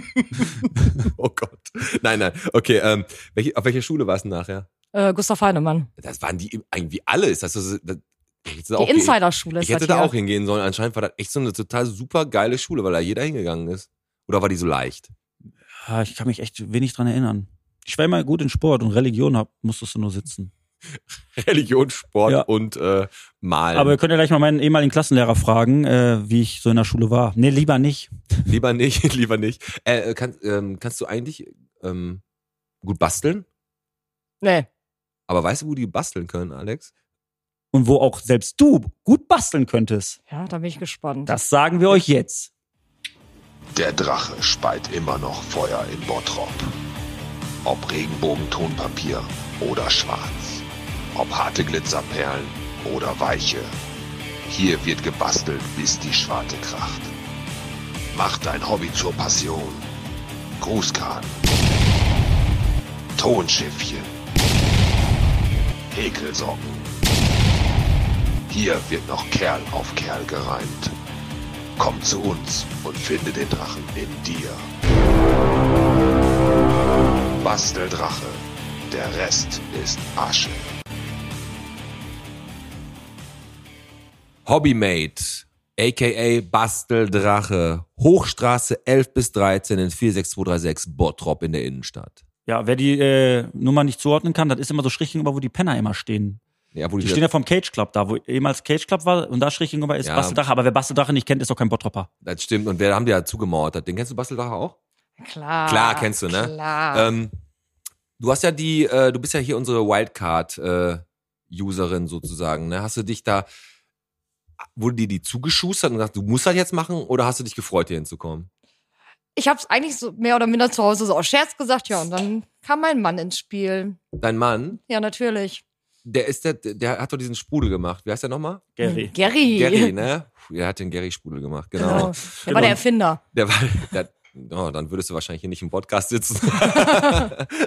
S6: oh Gott. Nein, nein. Okay, ähm, welche, auf welcher Schule war es denn nachher?
S9: Äh, Gustav Heinemann.
S6: Das waren die irgendwie alle. Ist das so, das, hättest du
S9: Die
S6: auch ge-
S9: Insiderschule ist
S6: Ich hätte
S9: das
S6: da
S9: hier.
S6: auch hingehen sollen. Anscheinend war das echt so eine total super geile Schule, weil da jeder hingegangen ist. Oder war die so leicht?
S7: Ah, ich kann mich echt wenig dran erinnern. Ich war immer gut in Sport und Religion hab, musstest du nur sitzen.
S6: Religion, Sport
S7: Ja.
S6: und äh, Malen.
S7: Aber ihr könnt ja gleich mal meinen ehemaligen Klassenlehrer fragen, äh, wie ich so in der Schule war. Nee, lieber nicht.
S6: lieber nicht, lieber nicht. Äh, kann, ähm, kannst du eigentlich ähm, gut basteln?
S9: Nee.
S6: Aber weißt du, wo die basteln können, Alex?
S7: Und wo auch selbst du gut basteln könntest.
S9: Ja, da bin ich gespannt.
S7: Das sagen wir euch jetzt.
S1: Der Drache speit immer noch Feuer in Bottrop. Ob Regenbogentonpapier oder schwarz. Ob harte Glitzerperlen oder weiche. Hier wird gebastelt, bis die Schwarte kracht. Mach dein Hobby zur Passion. Grußkarten. Tonschiffchen. Häkelsocken. Hier wird noch Kerl auf Kerl gereimt. Komm zu uns und finde den Drachen in dir. Basteldrache, der Rest ist Asche.
S6: Hobbymate, a.k.a. Basteldrache, Hochstraße 11 bis 13 in 46236 Bottrop in der Innenstadt.
S7: Ja, wer die äh, Nummer nicht zuordnen kann, das ist immer so schräg gegenüber, wo die Penner immer stehen.
S6: Ja, wo
S7: Die stehen ja vom Cage Club da, wo ehemals Cage Club war und da schräg gegenüber ist
S6: Ja.
S7: Basteldrache. Aber wer Basteldrache nicht kennt, ist doch kein Bottropper.
S6: das stimmt. Und wir haben die ja zugemauert. Den kennst du Basteldrache auch?
S9: klar.
S6: Klar, kennst du, ne?
S9: Klar.
S6: Ähm, du hast ja die, äh, du bist ja hier unsere Wildcard-Userin sozusagen. Ne? Hast du dich da, wurde dir die zugeschustert und gesagt, du musst das jetzt machen oder hast du dich gefreut, hier hinzukommen?
S9: ich habe es eigentlich so mehr oder minder zu Hause so aus Scherz gesagt, ja, und dann kam mein Mann ins Spiel.
S6: Dein Mann,
S9: Ja, natürlich.
S6: der ist der, der hat doch diesen Sprudel gemacht. Wie heißt der nochmal?
S7: Gary.
S9: Gary.
S6: Gary, ne? Puh, Der hat den Gary-Sprudel gemacht, genau.
S9: Genau. Der war der Erfinder.
S6: Der war, der, oh, dann würdest du wahrscheinlich hier nicht im Podcast sitzen.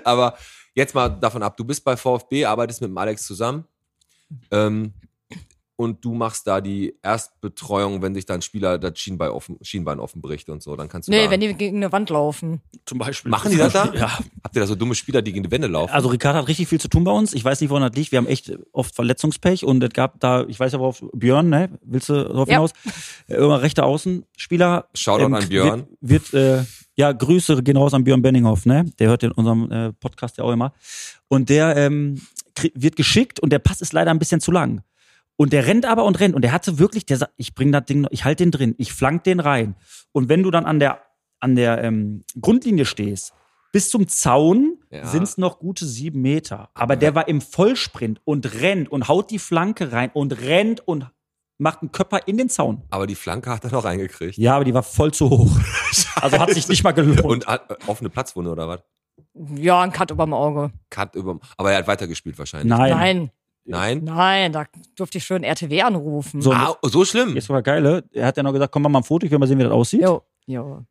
S6: Aber jetzt mal davon ab, du bist bei VfB, arbeitest mit dem Alex zusammen ähm, und du machst da die Erstbetreuung, wenn sich dein Spieler das Schienbein offen, Schienbein offen bricht und so, dann kannst du
S9: Nee,
S6: da,
S9: wenn die gegen eine Wand laufen.
S7: Zum Beispiel.
S6: Machen die das da?
S7: Ja.
S6: Habt ihr da so dumme Spieler, die gegen die Wände laufen?
S7: Also Ricardo hat richtig viel zu tun bei uns. Ich weiß nicht, woran das liegt. Wir haben echt oft Verletzungspech und es gab da, ich weiß ja worauf, Björn, ne? Willst du darauf
S9: Ja.
S7: hinaus? Äh, Immer rechter Außenspieler. Ähm,
S6: Shoutout an Björn.
S7: Wird, wird äh, ja, Grüße gehen raus an Björn Benninghoff, ne? Der hört in unserem äh, Podcast ja auch immer. Und der ähm, krie- wird geschickt und der Pass ist leider ein bisschen zu lang. Und der rennt aber und rennt. Und der hatte wirklich, der sagt, ich bring das Ding, noch- ich halte den drin, ich flank den rein. Und wenn du dann an der, an der ähm, Grundlinie stehst, bis zum Zaun
S6: Ja.
S7: sind es noch gute sieben Meter. Aber der war im Vollsprint und rennt und haut die Flanke rein und rennt und macht einen Körper in den Zaun.
S6: Aber die Flanke hat er noch reingekriegt.
S7: Ja, aber die war voll zu hoch. Also hat sich nicht mal gelohnt.
S6: Und hat, äh, offene Platzwunde oder was?
S9: Ja, ein Cut überm Auge.
S6: Cut überm, aber er hat weitergespielt wahrscheinlich.
S7: nein.
S9: Nein,
S6: Nein?
S9: nein, da durfte ich schön RTW anrufen.
S7: So,
S6: Ah, so schlimm?
S7: jetzt war geile. Er hat ja noch gesagt, komm mach mal ein Foto, ich will mal sehen, wie das aussieht.
S9: Jo, jo.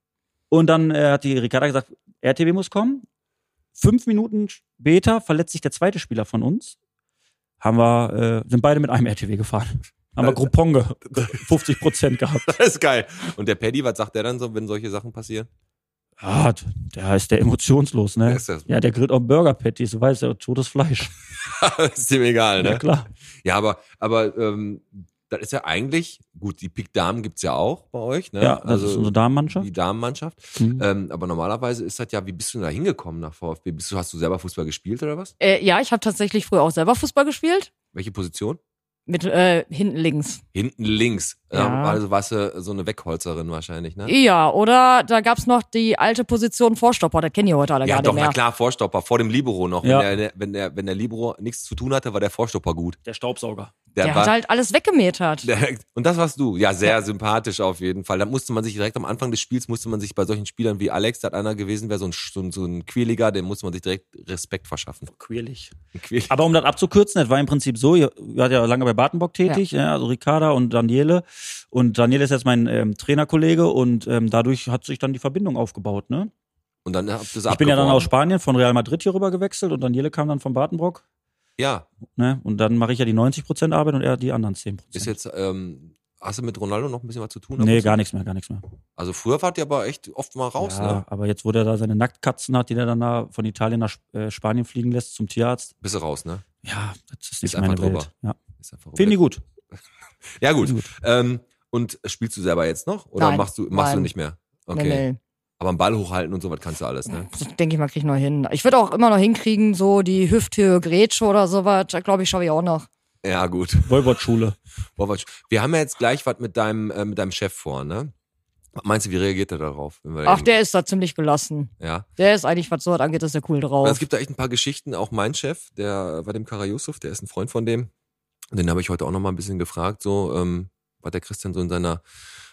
S7: Und dann äh, hat die Ricarda gesagt, RTW muss kommen. Fünf Minuten später verletzt sich der zweite Spieler von uns. Haben wir, äh, sind beide mit einem RTW gefahren. Haben wir Groupon ge 50 Prozent gehabt.
S6: Das ist geil. Und der Paddy, was sagt der dann so, wenn solche Sachen passieren?
S7: Ah, der ist der emotionslos,
S6: Der
S7: ne?
S6: Ist das,
S7: Ja, der grillt auch Burger Patties, du weißt, ja, totes Fleisch.
S6: ist ihm egal, ne?
S7: Ja, klar.
S6: Ja, aber, aber ähm, das ist ja eigentlich, gut, die Pik-Damen gibt's ja auch bei euch, ne?
S7: Ja, also das ist unsere Damenmannschaft.
S6: Die Damenmannschaft.
S7: Mhm.
S6: Ähm, aber normalerweise ist das ja, wie bist du denn da hingekommen nach VfB? Bist du, hast du selber Fußball gespielt oder was?
S9: Äh, ja, ich habe tatsächlich früher auch selber Fußball gespielt.
S6: Welche Position?
S9: Mit äh, hinten links.
S6: Hinten links.
S7: Ja.
S6: Ja. Also warst du so eine Wegholzerin wahrscheinlich, ne?
S9: Ja, oder da gab's noch die alte Position Vorstopper, das kennen die heute alle
S6: Ja,
S9: gar
S6: doch,
S9: nicht mehr.
S6: na klar, Vorstopper, vor dem Libero noch.
S7: Ja.
S6: Wenn, der, wenn, der, wenn der Libero nichts zu tun hatte, war der Vorstopper gut.
S7: Der Staubsauger.
S6: Der
S9: Der
S6: war,
S9: hat halt alles weggemetert.
S6: der, und das warst du. Ja, sehr sympathisch auf jeden Fall. Da musste man sich direkt am Anfang des Spiels, musste man sich bei solchen Spielern wie Alex, da hat einer gewesen, wäre so ein, so ein, so ein Quirliger, dem musste man sich direkt Respekt verschaffen.
S7: Quirlig.
S6: Ein Quirliger.
S7: Aber um das abzukürzen, das war im Prinzip so, ihr wart ja lange bei Badenbock tätig, ja. also Ricarda und Daniele. Und Daniele ist jetzt mein ähm, Trainerkollege und ähm, dadurch hat sich dann die Verbindung aufgebaut. Ne?
S6: Und dann habt ihr es
S7: Ich bin ja dann
S6: abgeworfen.
S7: aus Spanien von Real Madrid hier rüber gewechselt und Daniele kam dann von Badenbock.
S6: Ja,
S7: Ne? Und dann mache ich ja die 90% Arbeit und er die anderen 10%.
S6: ist jetzt, ähm, hast du mit Ronaldo noch ein bisschen was zu tun?
S7: nee, gar nichts mehr, gar nichts mehr.
S6: Also früher wart ihr aber echt oft mal raus,
S7: ja,
S6: ne?
S7: Aber jetzt, wo der da seine Nacktkatzen hat, die der dann da von Italien nach Sp- äh, Spanien fliegen lässt zum Tierarzt.
S6: Bist du raus, ne?
S7: Ja, das ist nicht
S6: einfach
S7: meine
S6: drüber.
S7: Welt. Ja.
S6: Ist einfach
S7: Finde ich gut.
S6: Ja, gut.
S7: Gut.
S6: Ähm, und spielst du selber jetzt noch? Oder
S9: Nein,
S6: machst du, machst du
S9: nein.
S6: nicht mehr? Okay.
S9: Nee, nee.
S6: Aber einen Ball hochhalten und sowas kannst du alles, ne?
S9: Das denke ich mal, krieg ich noch hin. Ich würde auch immer noch hinkriegen, so die Hüfthöhe, Grätsche oder sowas. Glaube ich, schaffe ich auch noch.
S6: Ja, gut.
S7: Wolbert-Schule.
S6: Boah, was- Wir haben ja jetzt gleich was mit deinem, äh, mit deinem Chef vor, ne? Was Meinst du, wie reagiert er darauf? Wenn wir
S9: Ach, der ist da ziemlich gelassen.
S6: Ja.
S9: Der ist eigentlich, was so angeht, ist der cool
S6: Weil Es
S9: drauf.
S6: gibt da echt ein paar Geschichten. Auch mein Chef, der bei dem Kara Yusuf, der ist ein Freund von dem. Den habe ich heute auch noch mal ein bisschen gefragt, so, ähm, was der Christian so in seiner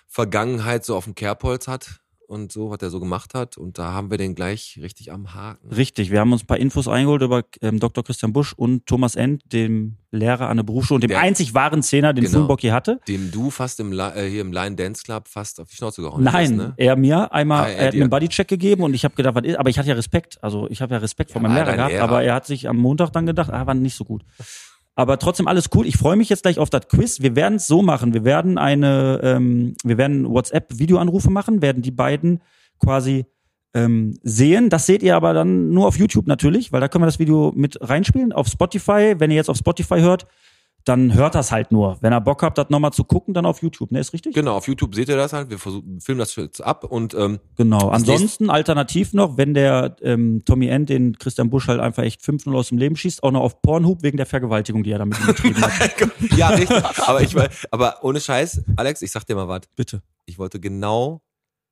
S6: Vergangenheit so auf dem Kerbholz hat und so, was er so gemacht hat. Und da haben wir den gleich richtig am Haken.
S7: Richtig, wir haben uns ein paar Infos eingeholt über ähm, Dr. Christian Busch und Thomas End, dem Lehrer an der Berufsschule und dem
S6: Der-
S7: einzig wahren Zehner, den
S6: Genau.
S7: Fulbock hier hatte.
S6: Dem du fast im, Li- äh, hier im Line Dance Club fast auf die Schnauze gehauen hast,
S7: Nein,
S6: ne?
S7: er mir einmal,
S6: Ah, er
S7: er hat
S6: dir.
S7: mir einen Bodycheck gegeben und ich habe gedacht, was ist, aber ich hatte ja Respekt, also ich habe ja Respekt vor
S6: Ja,
S7: meinem
S6: war
S7: Lehrer
S6: dein
S7: gehabt,
S6: Lehrer.
S7: aber er hat sich am Montag dann gedacht, ah, war nicht so gut. Aber trotzdem alles cool. Ich freue mich jetzt gleich auf das Quiz. Wir werden es so machen. Wir werden eine, ähm, wir werden WhatsApp-Videoanrufe machen, werden die beiden quasi ähm, sehen. Das seht ihr aber dann nur auf YouTube natürlich, weil da können wir das Video mit reinspielen. Auf Spotify, wenn ihr jetzt auf Spotify hört, dann hört das halt nur. Wenn ihr Bock habt, das nochmal zu gucken, dann auf YouTube. Ne, ist richtig?
S6: Genau, auf YouTube seht ihr das halt. Wir versuchen, filmen das jetzt ab und ähm,
S7: Genau.
S6: nächste-
S7: Ansonsten alternativ noch, wenn der ähm, Tommy End den Christian Busch halt einfach echt 5-0 aus dem Leben schießt, auch noch auf Pornhub wegen der Vergewaltigung, die er damit betrieben hat.
S6: ja, richtig. aber ich war- aber ohne Scheiß, Alex, ich sag dir mal was.
S7: Bitte.
S6: Ich wollte genau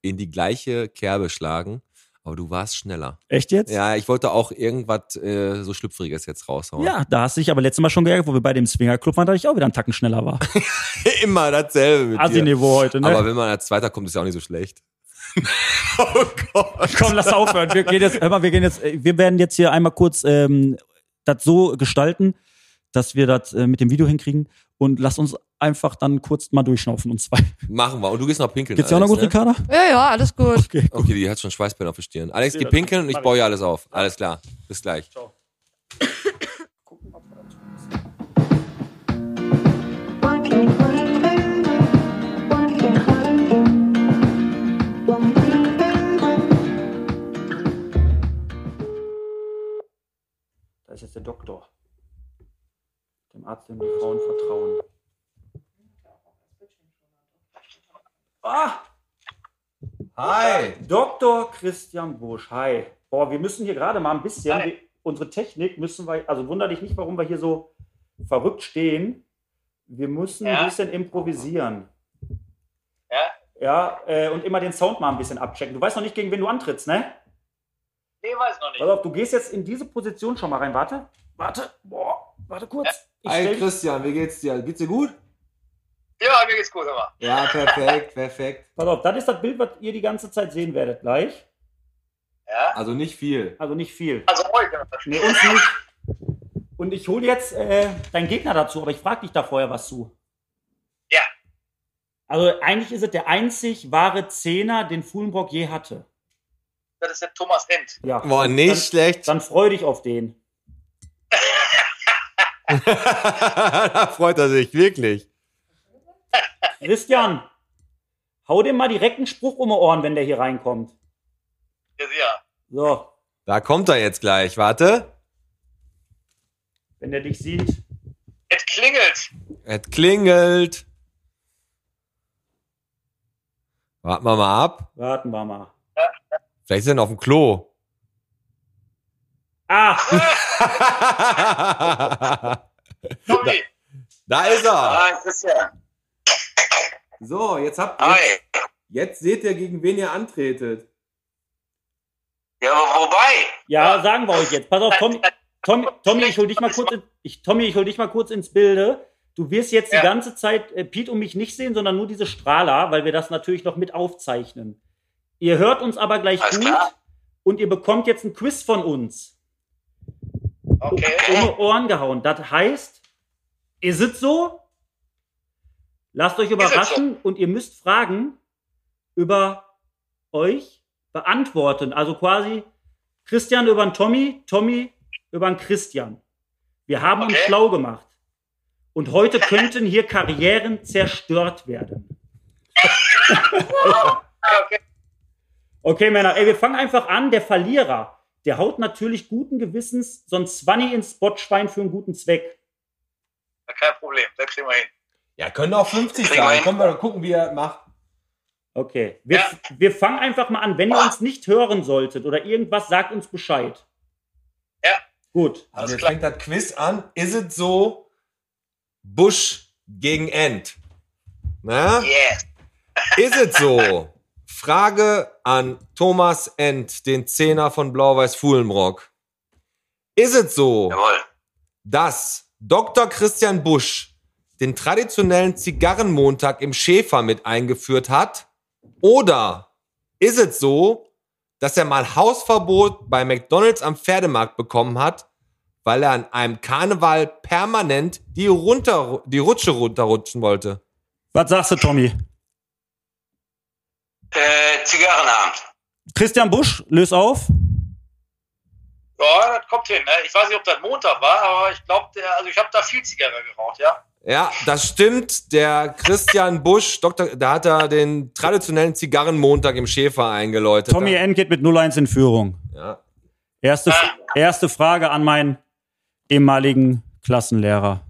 S6: in die gleiche Kerbe schlagen, aber du warst schneller.
S7: Echt jetzt?
S6: Ja, ich wollte auch irgendwas äh, so schlüpfriges jetzt raushauen.
S7: Ja, da hast du dich aber letztes Mal schon geärgert, wo wir bei dem Swingerclub waren, da ich auch wieder einen Tacken schneller war.
S6: immer dasselbe mit dir.
S7: Assi-Niveau heute, ne?
S6: Aber wenn man als Zweiter kommt, ist ja auch nicht so schlecht. oh Gott.
S7: Komm, lass aufhören. Wir gehen jetzt, hör mal, wir gehen jetzt, äh, wir werden jetzt hier einmal kurz ähm, das so gestalten, dass wir das äh, mit dem Video hinkriegen und lass uns einfach dann kurz mal durchschnaufen und zwei.
S6: Machen wir. Und du gehst noch pinkeln.
S7: Geht's dir auch noch
S6: Alex, ne?
S7: gut, Ricarda?
S9: Ja, ja, alles gut.
S6: Okay, die hat schon Schweißbänder auf der Stirn. Alex,
S7: Ich
S6: geh
S7: seh das.
S6: pinkeln und ich
S7: Mach
S6: baue hier alles auf. Alles klar. Bis gleich.
S7: Da ist jetzt der Doktor. Dem Arzt, dem die Frauen vertrauen. Ah,
S6: Hi.
S7: Dr. Christian Busch, hi. Boah, wir müssen hier gerade mal ein bisschen, wir, unsere Technik müssen wir, also wunder dich nicht, warum wir hier so verrückt stehen. Wir müssen ein bisschen improvisieren. Ja? Ja, äh, und immer den Sound mal ein bisschen abchecken. Du weißt noch nicht, gegen wen du antrittst, ne?
S10: Nee, weiß noch nicht.
S7: Pass auf, du gehst jetzt in diese Position schon mal rein. Warte, warte, boah, warte kurz. Ich
S6: Hi
S7: stell dich-
S6: Christian, wie geht's dir? Geht's dir gut?
S10: Ja, mir geht's gut, aber.
S6: Ja, perfekt, perfekt.
S7: Pass auf, das ist das Bild, was ihr die ganze Zeit sehen werdet gleich.
S10: Ja?
S6: Also nicht viel.
S7: Also nicht viel.
S10: Also heute.
S7: Nee, uns nicht. Und ich hole jetzt äh, deinen Gegner dazu, aber ich frage dich da vorher was zu.
S10: Ja.
S7: Also eigentlich ist es der einzig wahre Zehner, den Fulenbrock je hatte.
S10: Das ist der Thomas End.
S7: Ja.
S6: Boah,
S7: Und
S6: nicht
S7: Dann,
S6: schlecht.
S7: dann freu dich auf den.
S6: da freut er sich, wirklich.
S7: Christian, hau dem mal direkt einen Spruch um die Ohren, wenn der hier reinkommt.
S10: Ja, ja.
S7: So,
S6: Da kommt er jetzt gleich, warte.
S7: wenn der dich sieht.
S10: Es klingelt.
S6: Es klingelt. Warten wir mal ab.
S11: Warten wir mal.
S6: Vielleicht sind wir auf dem Klo.
S11: Ah!
S6: da,
S10: Tobi!
S6: da ist er.
S10: Ah, Christian.
S6: So, jetzt habt ihr,
S10: Hi.
S6: jetzt seht ihr, gegen wen ihr antretet.
S10: Ja, aber wobei?
S11: Ja, sagen wir euch jetzt. Pass auf, Tom, Tom, Tommy, ich hol dich mal kurz in, ich, Tommy, ich hol dich mal kurz ins Bilde. Du wirst jetzt
S10: Ja.
S11: die ganze Zeit äh, Pete und mich nicht sehen, sondern nur diese Strahler, weil wir das natürlich noch mit aufzeichnen. Ihr hört uns aber gleich
S10: Alles
S11: gut
S10: klar.
S11: und ihr bekommt jetzt ein Quiz von uns. Um
S10: Okay.
S11: die Ohren gehauen. Das heißt, ihr sitzt so, lasst euch
S10: sitzt
S11: überraschen und ihr müsst Fragen über euch beantworten. Also quasi Christian über den Tommy, Tommy über den Christian. Wir haben uns
S10: Okay.
S11: schlau gemacht. Und heute könnten hier Karrieren zerstört werden.
S10: okay.
S11: Okay, Männer, ey, wir fangen einfach an. Der Verlierer, der haut natürlich guten Gewissens so ein 20 ins Spotschwein für einen guten Zweck.
S10: Kein Problem, das kriegen wir hin.
S6: Ja, können auch 50
S10: Kriegen wir
S6: sein.
S10: hin.
S6: Können wir mal gucken, wie er macht.
S11: Okay. Wir,
S10: Ja.
S11: wir fangen einfach mal an. Wenn ihr uns nicht hören solltet oder irgendwas, sagt uns Bescheid.
S10: Ja.
S11: Gut.
S6: Also
S10: Alles
S6: jetzt
S10: klar.
S6: fängt das Quiz an. Ist es so? Busch gegen End. Na?
S10: Yes.
S6: Ist es so? Frage an Thomas End, den Zehner von Blau-Weiß Fuhlenbrock. Ist es so,
S10: Jawohl.
S6: dass Dr. Christian Busch den traditionellen Zigarrenmontag im Schäfer mit eingeführt hat? Oder ist es so, dass er mal Hausverbot bei McDonalds am Pferdemarkt bekommen hat, weil er an einem Karneval permanent die, runter, die Rutsche runterrutschen wollte?
S11: Was sagst du, Tommy?
S10: Äh, Zigarrenabend.
S11: Christian Busch, löst auf.
S10: Ja, das kommt hin. Ne? Ich weiß nicht, ob das Montag war, aber ich glaube, also ich habe da viel Zigarre geraucht, ja.
S6: Ja, das stimmt. Der Christian Busch, Doktor, da hat er den traditionellen Zigarrenmontag im Schäfer eingeläutet.
S11: Tommy N geht mit 0-1 in Führung.
S6: Ja.
S11: Erste,
S10: Äh.
S11: erste Frage an meinen ehemaligen Klassenlehrer.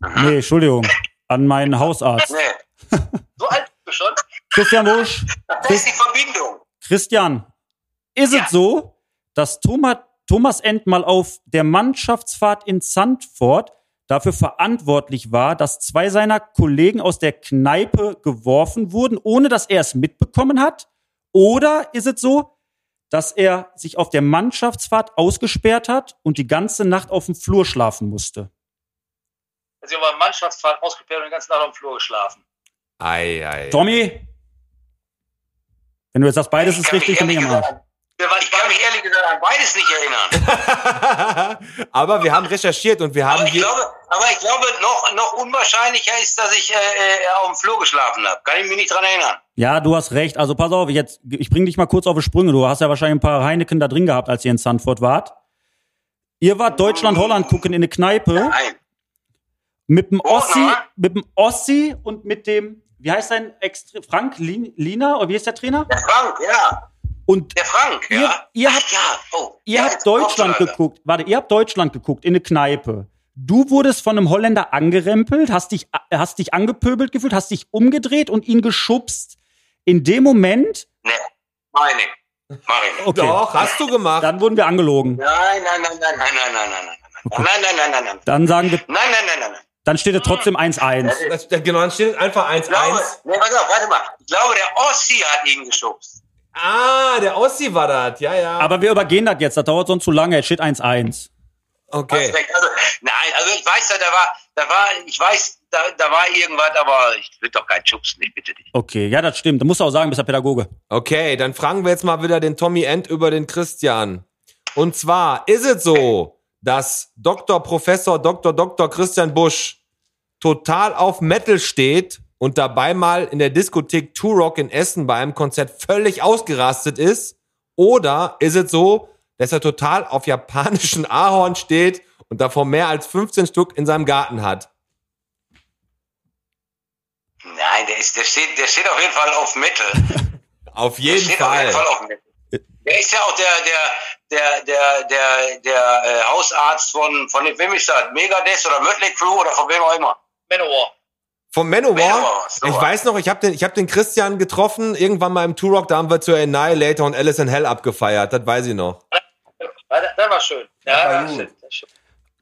S11: Nee, Entschuldigung. An meinen Hausarzt.
S10: Nee. So alt bist du schon?
S11: Christian Busch,
S10: Das ist die Verbindung.
S11: Christian, ist
S10: Ja.
S11: es so, dass Thomas, Thomas End mal auf der Mannschaftsfahrt in Sandford dafür verantwortlich war, dass zwei seiner Kollegen aus der Kneipe geworfen wurden, ohne dass er es mitbekommen hat? Oder ist es so, dass er sich auf der Mannschaftsfahrt ausgesperrt hat und die ganze Nacht auf dem Flur schlafen musste?
S10: Also ich habe eine Mannschaftsfahrt ausgeperrt und den ganzen Nacht auf dem Flur geschlafen.
S6: Ei, ei.
S11: Tommy, wenn du jetzt sagst, beides
S10: Ich
S11: ist
S10: kann
S11: richtig,
S10: mich
S11: dann bin ich
S10: ehrlich
S11: am Arsch.
S10: gesagt an- Ich kann mich ehrlich gesagt an beides nicht erinnern.
S6: Aber wir haben recherchiert und wir
S10: Aber
S6: haben
S10: ich
S6: hier.
S10: glaube, aber ich glaube noch, noch unwahrscheinlicher ist, dass ich äh, äh, auf dem Flur geschlafen habe. Kann ich mich nicht dran erinnern.
S11: Ja, du hast recht. Also pass auf, jetzt, ich bring dich mal kurz auf die Sprünge. Du hast ja wahrscheinlich ein paar Heineken da drin gehabt, als ihr in Sanford wart. Ihr wart Deutschland-Holland gucken in eine Kneipe
S10: Nein.
S11: mit dem
S10: Oh,
S11: Ossi,
S10: na?
S11: mit dem Ossi und mit dem, wie heißt sein Extre Frank Lin- Lina oder wie ist der Trainer?
S10: Der Frank, ja.
S11: Und
S10: Der Frank,
S11: Ihr-
S10: ja.
S11: ihr
S10: Ach
S11: habt-
S10: ja. Oh,
S11: ihr
S10: ja,
S11: habt
S10: jetzt kommt's
S11: Deutschland
S10: leider.
S11: geguckt. Warte, ihr habt Deutschland geguckt in eine Kneipe. Du wurdest von einem Holländer angerempelt, hast dich, hast dich angepöbelt gefühlt, hast dich umgedreht und ihn geschubst. In dem Moment,
S10: Nee, meine. Mach ich nicht.
S11: okay,
S6: Doch, hast du gemacht.
S11: dann wurden wir angelogen.
S10: Nein, nein, nein, nein, nein, nein, nein, nein, nein, nein, nein, nein, nein, nein, nein,
S11: Dann sagen wir,
S10: nein, nein, nein, nein, nein.
S11: dann steht er trotzdem 1-1.
S6: das, das, genau, dann steht einfach
S10: Ich glaube,
S6: 1-1.
S10: nee, Ne, pass auf, warte mal. Ich glaube, der Ossi hat ihn geschubst.
S6: Ah, der Ossi war das. Ja, ja.
S11: Aber wir übergehen das jetzt, das dauert sonst zu lange, es steht 1-1.
S6: okay.
S10: Aspekt. Also, nein, also ich weiß ja, da war, da war, ich weiß, da, da war irgendwas, aber ich will doch keinen schubsen, ich bitte dich.
S11: Okay, ja, das stimmt. Du musst auch sagen, bist der Pädagoge.
S6: Okay, dann fragen wir jetzt mal wieder den Tommy End über den Christian. Und zwar ist es so, dass Dr. Professor Dr. Dr. Christian Busch total auf Metal steht und dabei mal in der Diskothek Two Rock in Essen bei einem Konzert völlig ausgerastet ist? Oder ist es so, dass er total auf japanischen Ahorn steht und davon mehr als 15 Stück in seinem Garten hat?
S10: Nein, der ist, der steht, der steht auf jeden Fall auf Mittel. Der
S6: Auf jeden
S10: steht auf
S6: Fall.
S10: jeden Fall auf Mittel. Der ist ja auch der, der, der, der, der, der äh, Hausarzt von, von dem, wem ist das? Megadeth oder Mötley Crew oder von wem auch immer. Manowar.
S6: Vom Manowar.
S10: Manowar, so.
S6: Ich weiß noch, ich habe den, ich hab den Christian getroffen, irgendwann mal im Turok, da haben wir zu Annihilator und Alice in Hell abgefeiert, das weiß ich noch.
S10: War- Das das war schön. Ja, das stimmt. Das stimmt.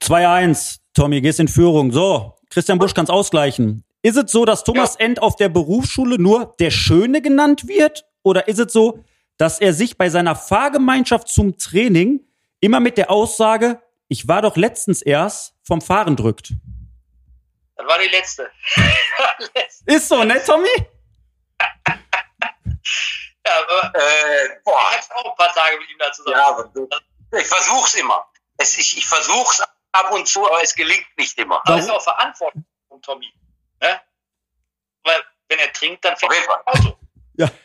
S7: 2-1. Tommy, gehst in Führung. So, Christian Busch kann's ausgleichen. Ist es so, dass Thomas End auf der Berufsschule nur der Schöne genannt wird? Oder ist es so, dass er sich bei seiner Fahrgemeinschaft zum Training immer mit der Aussage, ich war doch letztens erst, vom Fahren drückt?
S10: Das war die letzte. Letzte.
S7: Ist so, ne, Tommy?
S10: ja, aber, äh, boah, hat auch ein paar Tage mit ihm da zusammen. Ja, ich versuch's immer. Es, ich, ich versuch's ab und zu, aber es gelingt nicht immer.
S7: Warum?
S10: Aber es ist auch Verantwortung von Tommy. Ne? Weil, wenn er trinkt, dann fährt er Auto.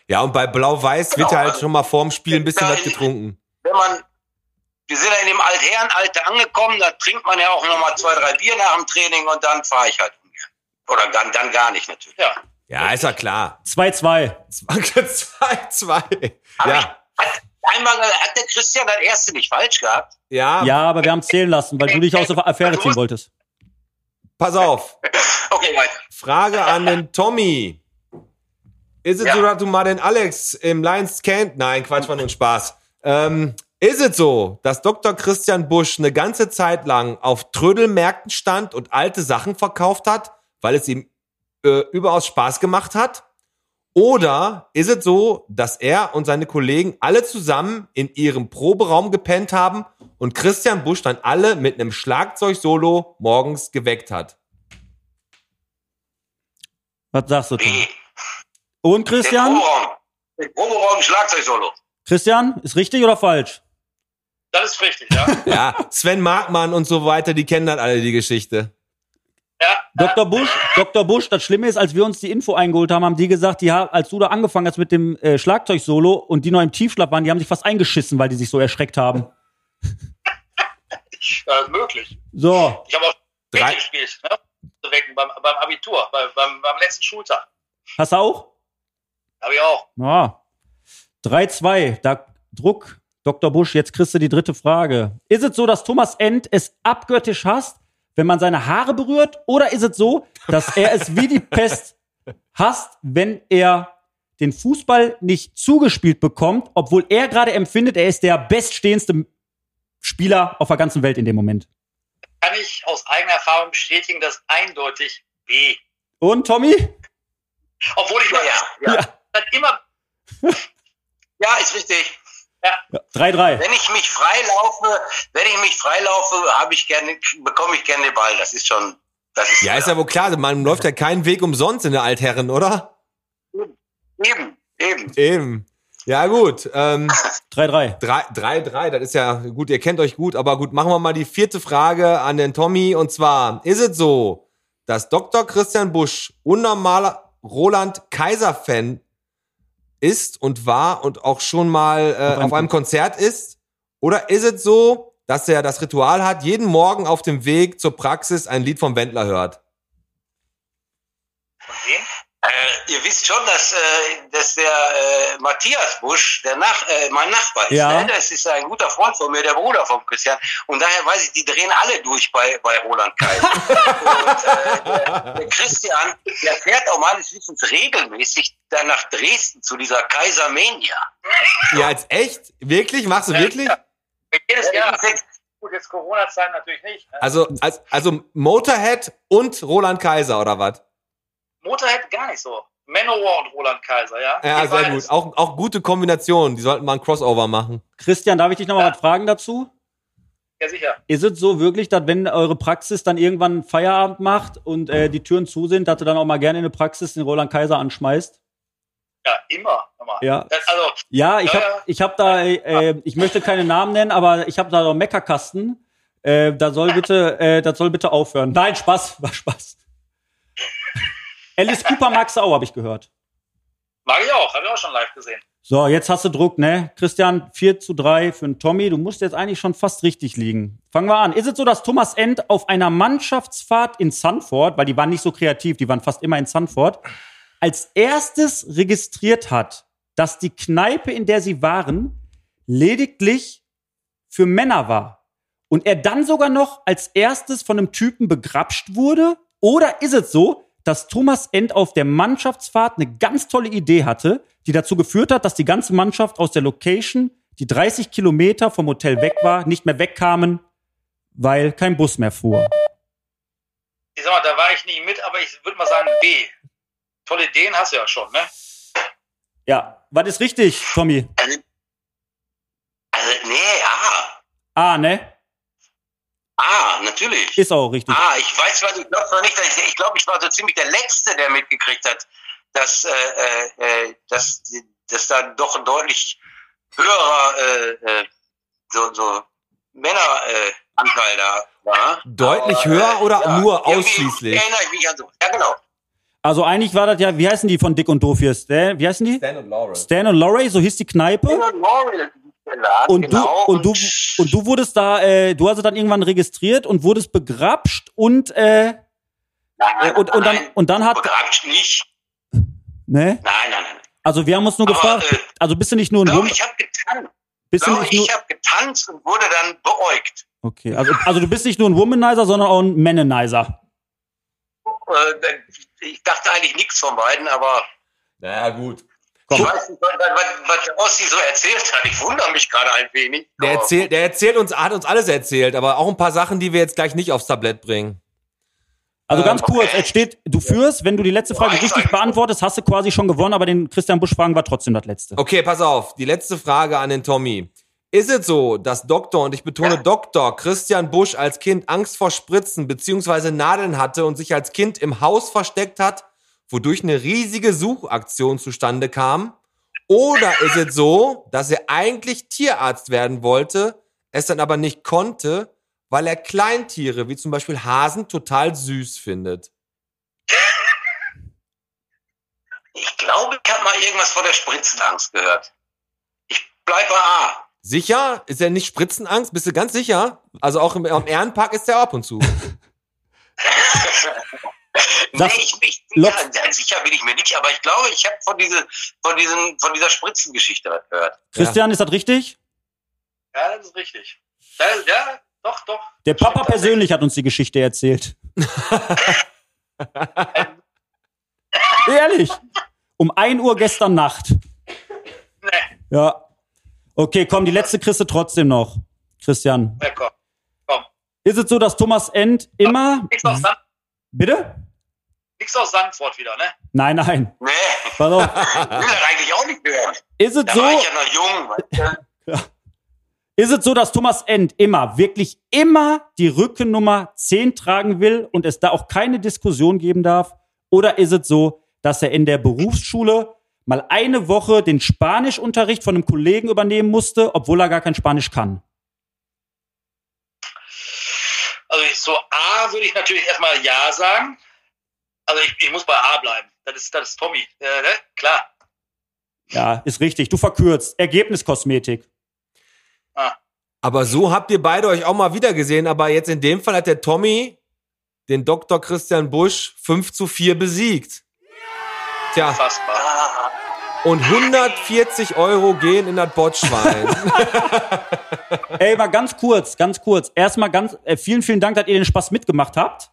S6: Ja, und bei Blau-Weiß wird
S10: Genau.
S6: ja halt schon mal vorm Spiel ein bisschen
S10: Ja,
S6: was
S10: ich-
S6: getrunken.
S10: wenn man, wir sind ja in dem Altherrenalter angekommen, da trinkt man ja auch nochmal zwei, drei Bier nach dem Training und dann fahre ich halt ungern. Oder dann, dann gar nicht natürlich. Ja.
S6: Ja, ist ja klar.
S7: 2-2.
S6: 2-2.
S10: Hab
S6: Ja,
S10: Hat, einmal äh, hat der Christian das erste nicht falsch gehabt.
S6: ja,
S7: Ja, aber wir haben zählen lassen, weil du dich aus der
S10: Also
S7: Affäre ziehen wolltest.
S6: pass auf.
S10: Okay, weiter.
S6: Frage an den Tommy. Ist es
S10: Ja.
S6: so, dass du mal den Alex im Lions kennt? Nein, Quatsch, war nur ein Spaß. Ähm, ist es so, dass Dr. Christian Busch eine ganze Zeit lang auf Trödelmärkten stand und alte Sachen verkauft hat, weil es ihm äh, überaus Spaß gemacht hat? Oder ist es so, dass er und seine Kollegen alle zusammen in ihrem Proberaum gepennt haben und Christian Busch dann alle mit einem Schlagzeug-Solo morgens geweckt hat?
S7: Was sagst du, Tommy?
S10: B.
S7: Und
S10: Den
S7: Christian?
S10: Proberaum. Den Proberaum Schlagzeugsolo.
S7: Christian, ist richtig oder falsch?
S10: Das ist richtig, ja.
S6: Ja, Sven Markmann und so weiter, die kennen dann alle die Geschichte.
S10: ja.
S7: Dr. Busch, Dr. Busch, das Schlimme ist, als wir uns die Info eingeholt haben, haben die gesagt, die haben, als du da angefangen hast mit dem äh, Schlagzeugsolo und die noch im Tiefschlaf waren, die haben sich fast eingeschissen, weil die sich so erschreckt haben.
S10: Ja, ist äh, möglich.
S7: So,
S10: Ich habe auch
S6: Drei-
S10: Drei. gespielt, ne? Zu wecken beim, beim Abitur, bei, beim, beim letzten Schultag.
S7: hast du auch?
S10: Habe ich auch.
S7: Ja. 3-2, da Druck. Dr. Busch, jetzt kriegst du die dritte Frage. Ist es so, dass Thomas End es abgöttisch hasst, Oh, wenn man seine Haare berührt? Oder ist es so, dass er es wie die Pest hasst, wenn er den Fußball nicht zugespielt bekommt, obwohl er gerade empfindet, er ist der beststehendste Spieler auf der ganzen Welt in dem Moment?
S10: Kann ich aus eigener Erfahrung bestätigen, dass eindeutig B.
S7: Und Tommy?
S10: Obwohl ich ja, ja. Dann immer. ja, ist richtig.
S7: 3-3.
S10: Wenn ich mich freilaufe, wenn ich mich freilaufe, habe ich gerne, bekomme ich gerne den Ball. Das ist schon, das ist
S6: Ja, ist ja wohl klar, man läuft ja keinen Weg umsonst in der Altherren, oder?
S10: eben, eben.
S6: Eben. Ja, gut. Ähm,
S7: 3-3.
S6: 3, 3, 3, das ist ja gut, ihr kennt euch gut, aber gut, machen wir mal die vierte Frage an den Tommy. Und zwar, ist es so, dass Dr. Christian Busch unnormaler Roland Kaiser-Fan ist und war und auch schon mal äh, auf einem Konzert ist? Oder ist es so, dass er das Ritual hat, jeden Morgen auf dem Weg zur Praxis ein Lied vom Wendler hört?
S10: Äh, ihr wisst schon, dass, äh, dass der äh, Matthias Busch, der Nach äh, mein Nachbar ist,
S7: Ja.
S10: ne? das ist ein guter Freund von mir, der Bruder von Christian. Und daher weiß ich, die drehen alle durch bei, bei Roland Kaiser. Und, äh, der, der Christian, der fährt auch meines Wissens regelmäßig dann nach Dresden zu dieser Kaisermania.
S6: Ja, jetzt echt? Wirklich? Machst du wirklich?
S10: Jedes Jahr. Gut, jetzt Corona-Zeit natürlich nicht. Ne?
S6: Also, als- also Motorhead und Roland Kaiser oder was?
S10: Motorhead gar nicht so. Manowar und Roland Kaiser, ja?
S6: Ja,
S10: Die
S6: sehr
S10: beiden.
S6: gut. Auch, auch gute Kombinationen. Die sollten mal ein Crossover machen.
S7: Christian, darf ich dich nochmal was fragen dazu?
S10: Ja, sicher.
S7: Ist es so wirklich, dass wenn eure Praxis dann irgendwann Feierabend macht und äh, die Türen zu sind, dass du dann auch mal gerne in der Praxis den Roland Kaiser anschmeißt?
S10: Ja, immer. immer.
S7: Ja.
S10: Das, also,
S7: Ja, ich
S10: Ja,
S7: hab,
S10: ja.
S7: ich hab da, äh, äh, ich möchte keine Namen nennen, aber ich habe da so einen Meckerkasten. Äh, da soll bitte, äh, das soll bitte aufhören. Nein, Spaß, war Spaß. Alice Cooper magst du auch, habe ich gehört.
S10: mag ich auch, habe ich auch schon live gesehen.
S7: So, jetzt hast du Druck, ne? Christian, 4 zu 3 für den Tommy. Du musst jetzt eigentlich schon fast richtig liegen. Fangen wir an. Ist es so, dass Thomas End auf einer Mannschaftsfahrt in Sanford, weil die waren nicht so kreativ, die waren fast immer in Sanford, als erstes registriert hat, dass die Kneipe, in der sie waren, lediglich für Männer war? Und er dann sogar noch als erstes von einem Typen begrapscht wurde? Oder ist es so, dass Thomas End auf der Mannschaftsfahrt eine ganz tolle Idee hatte, die dazu geführt hat, dass die ganze Mannschaft aus der Location, die 30 Kilometer vom Hotel weg war, nicht mehr wegkamen, weil kein Bus mehr fuhr.
S10: Ich sag mal, da war ich nicht mit, aber ich würde mal sagen B. Tolle Ideen hast du ja schon, ne?
S7: Ja, was ist richtig, Tommy?
S10: Also, also nee, A.
S7: Ah, ne?
S10: A, natürlich.
S7: Ist auch richtig.
S10: Ah, ich weiß zwar, ich glaube zwar nicht, dass ich, ich glaube, ich war so ziemlich der Letzte, der mitgekriegt hat, dass, äh, äh, äh, dass, dass da doch ein deutlich höherer äh, äh, so, so Männeranteil äh, Anteil da war.
S6: Deutlich
S10: Aber, äh,
S6: höher oder nur
S10: irgendwie
S6: ausschließlich?
S10: Erinnere ich mich an so. Ja, genau.
S7: Also eigentlich war das ja, wie heißen die von Dick und Doof hier? Stan, wie heißen die? Stan,
S6: Stan und Laura.
S7: und Laurie, so hieß die Kneipe.
S10: Leonard Morrill, der Laden,
S7: Und du,
S10: genau.
S7: und du, und du wurdest da, äh, du hast es dann irgendwann registriert und wurdest begrapscht und, äh,
S10: nein, nein,
S7: und, und dann,
S10: nein,
S7: und dann hat,
S10: begrapscht nicht.
S7: ne?
S10: Nein, nein, nein.
S7: Also wir haben uns nur
S10: Aber,
S7: gefragt,
S10: äh,
S7: also bist du nicht nur ein
S10: Doch,
S7: Wum,
S10: ich habe getanzt.
S7: bist du
S10: Doch,
S7: nicht nur,
S10: ich habe getanzt und wurde dann beäugt.
S7: okay, also, also du bist nicht nur ein Womanizer, sondern auch ein Mananizer.
S10: Äh, Ich dachte eigentlich nichts von beiden, aber
S6: Naja, gut.
S10: ich weiß nicht, was, was, was der Ossi so erzählt hat. Ich wundere mich gerade ein wenig.
S6: Der
S10: Aber-
S6: erzählt, der erzählt uns, hat uns alles erzählt, aber auch ein paar Sachen, die wir jetzt gleich nicht aufs Tablett bringen.
S7: Also
S6: Ähm,
S7: ganz kurz, es steht, du führst, wenn du die letzte Frage
S10: Boah, ich
S7: richtig
S10: sag-
S7: beantwortest, hast du quasi schon gewonnen, aber den Christian Busch Fragen war trotzdem das letzte.
S6: Okay, pass auf. Die letzte Frage an den Tommy. Ist es so, dass Doktor, und ich betone Doktor, Christian Busch als Kind Angst vor Spritzen bzw. Nadeln hatte und sich als Kind im Haus versteckt hat, wodurch eine riesige Suchaktion zustande kam? Oder ist es so, dass er eigentlich Tierarzt werden wollte, es dann aber nicht konnte, weil er Kleintiere wie zum Beispiel Hasen total süß findet?
S10: Ich glaube, ich habe mal irgendwas von der Spritzenangst gehört. Ich bleib bei A.
S6: Sicher? Ist er nicht Spritzenangst? Bist du ganz sicher? Also auch im, am Ehrenpark ist er ab und zu.
S7: Das-
S10: nee, ich, ich, ja,
S7: Lotz-
S10: sicher bin ich mir nicht, aber ich glaube, ich habe von, diese, von, diesen, von dieser Spritzengeschichte was gehört.
S7: Christian, ist das richtig?
S10: Ja, das ist richtig. Ja, ja doch, doch.
S7: Der Papa persönlich hat uns die Geschichte erzählt. Ehrlich. Um 1 Uhr gestern Nacht. Ja. Okay, komm, die letzte kriegst du trotzdem noch. Christian.
S10: Ja, komm.
S7: Ist es so, dass Thomas End immer.
S10: Nix aus, Sand,
S7: Bitte?
S10: nix aus Sandfort wieder, ne?
S7: Nein, nein.
S10: Nee,
S7: Pass auf.
S10: ich will das eigentlich auch nicht hören.
S7: Ist es
S10: Da
S7: Ah. so,
S10: war ich ja noch jung. Weißt du?
S7: ist es so, dass Thomas End immer, wirklich immer die Rückennummer 10 tragen will und es da auch keine Diskussion geben darf? Oder ist es so, dass er in der Berufsschule mal eine Woche den Spanischunterricht von einem Kollegen übernehmen musste, obwohl er gar kein Spanisch kann?
S10: Also ich, so A würde ich natürlich erstmal Ja sagen. Also ich, ich muss bei A bleiben. Das ist, das ist Tommy. Äh, ne? Klar.
S7: Ja, ist richtig. Du verkürzt. Ergebniskosmetik.
S6: Aber so habt ihr beide euch auch mal wieder gesehen. Aber jetzt in dem Fall hat der Tommy den Dr. Christian Busch 5 zu 4 besiegt. Tja,
S10: Fassbar.
S6: und 140 Euro gehen in das Botschwein.
S7: Ey, mal ganz kurz, ganz kurz. Erstmal ganz, äh, vielen, vielen Dank, dass ihr den Spaß mitgemacht habt.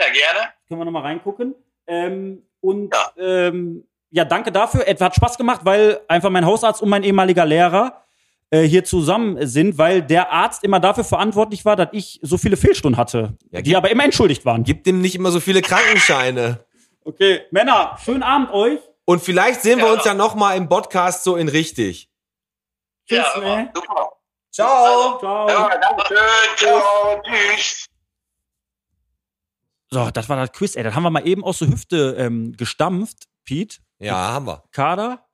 S10: Ja, gerne.
S7: Können wir nochmal reingucken. Ähm, und
S10: Ja.
S7: Ähm, ja, danke dafür. Es hat Spaß gemacht, weil einfach mein Hausarzt und mein ehemaliger Lehrer äh, hier zusammen sind, weil der Arzt immer dafür verantwortlich war, dass ich so viele Fehlstunden hatte,
S6: Ja,
S7: die
S6: gib-
S7: aber immer entschuldigt waren.
S6: Gebt ihm nicht immer so viele Krankenscheine.
S7: Okay, Männer, schönen Abend euch.
S6: Und vielleicht sehen wir
S10: Ja.
S6: uns ja nochmal im Podcast so in richtig.
S7: Tschüss,
S10: ja,
S7: ne?
S10: Super.
S6: Ciao!
S7: Ciao.
S10: Ja, danke schön. Ciao. Tschüss.
S7: So, das war das Quiz, ey. Das haben wir mal eben aus der Hüfte ähm, gestampft, Pete.
S6: Ja, haben wir.
S7: Kader.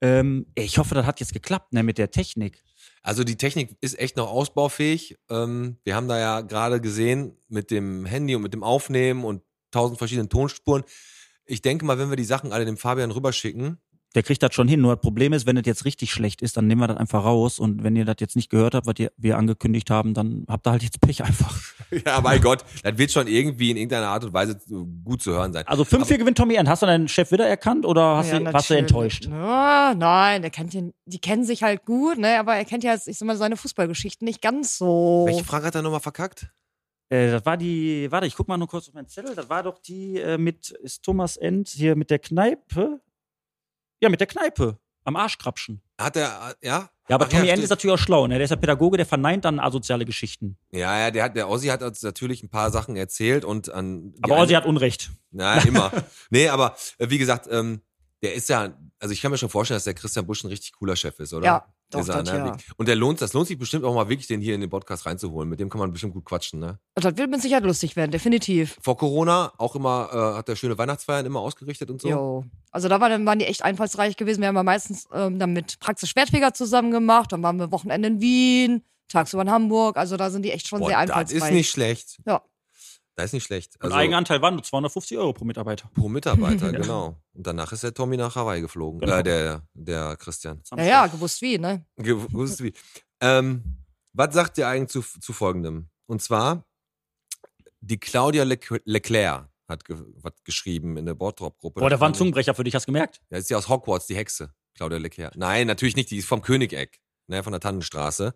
S7: Ähm, ey, ich hoffe, das hat jetzt geklappt, ne, mit der Technik.
S6: Also die Technik ist echt noch ausbaufähig. Ähm, wir haben da ja gerade gesehen mit dem Handy und mit dem Aufnehmen und tausend verschiedenen Tonspuren. Ich denke mal, wenn wir die Sachen alle dem Fabian rüberschicken,
S7: Der kriegt das schon hin. Nur das Problem ist, wenn das jetzt richtig schlecht ist, dann nehmen wir das einfach raus. Und wenn ihr das jetzt nicht gehört habt, was ihr, wir angekündigt haben, dann habt ihr halt jetzt Pech einfach.
S6: ja mein Gott, das wird schon irgendwie in irgendeiner Art und Weise gut zu hören sein.
S7: Also 5-4 gewinnt Tommy Ernst. Hast du deinen Chef wiedererkannt oder hast, du, warst du
S9: natürlich.
S7: enttäuscht?
S9: Ja, nein, der kennt den, die kennen sich halt gut, ne? aber er kennt ja, jetzt, ich sag mal, seine Fußballgeschichten nicht ganz so.
S6: Welche Frage hat er nochmal verkackt?
S7: Äh, das war die, warte, ich guck mal nur kurz auf meinen Zettel. Das war doch die äh, mit, ist Thomas End hier mit der Kneipe? Ja, mit der Kneipe. Am Arschkrapschen.
S6: Hat er, ja?
S7: Ja, aber
S6: Ach
S7: Tommy End
S6: stimmt.
S7: ist natürlich auch schlau, ne? Der ist ja Pädagoge, der verneint dann asoziale Geschichten.
S6: Ja, ja, der hat, der Ossi hat uns natürlich ein paar Sachen erzählt und an. die
S7: Aber
S6: eine-
S7: Ozzy hat Unrecht.
S6: Na, immer. nee, aber äh, wie gesagt, ähm, der ist ja, also ich kann mir schon vorstellen, dass der Christian Busch ein richtig cooler Chef ist, oder?
S9: Ja,
S6: Der
S9: doch,
S6: ist ja,
S9: das
S6: ne?
S9: ja.
S6: Und der lohnt, das lohnt sich bestimmt auch mal wirklich, den hier in den Podcast reinzuholen. Mit dem kann man bestimmt gut quatschen, ne?
S9: Und Also, das wird mit Sicherheit lustig werden, definitiv.
S6: Vor Corona auch immer, äh, hat er schöne Weihnachtsfeiern immer ausgerichtet und so.
S9: Jo. Also da waren, waren die echt einfallsreich gewesen. Wir haben ja meistens ähm, dann mit Praxis Schwertfeger zusammen gemacht. Dann waren wir Wochenende in Wien, tagsüber in Hamburg. Also da sind die echt schon sehr
S6: Boah, das
S9: einfallsreich.
S6: ist nicht schlecht.
S9: Ja.
S6: Das ist nicht schlecht. Also
S7: Und Eigenanteil waren nur 250 Euro pro Mitarbeiter.
S6: pro Mitarbeiter,
S9: Ja.
S6: genau. Und danach ist der Tommy nach Hawaii geflogen.
S7: Genau.
S6: Äh, der, der Christian.
S9: Ja, ja, gewusst wie, ne?
S6: Gewusst wie. Ähm, was sagt ihr eigentlich zu, zu folgendem? Und zwar, die Claudia Lec- Leclerc hat ge was geschrieben in der Also Bordrop-Gruppe.
S7: Boah, der war ein Zungenbrecher für dich, hast du gemerkt?
S6: Ja, ist ja aus Hogwarts, die Hexe, Claudia Leclerc. Nein, natürlich nicht, die ist vom Königeck, ne, von der Tannenstraße.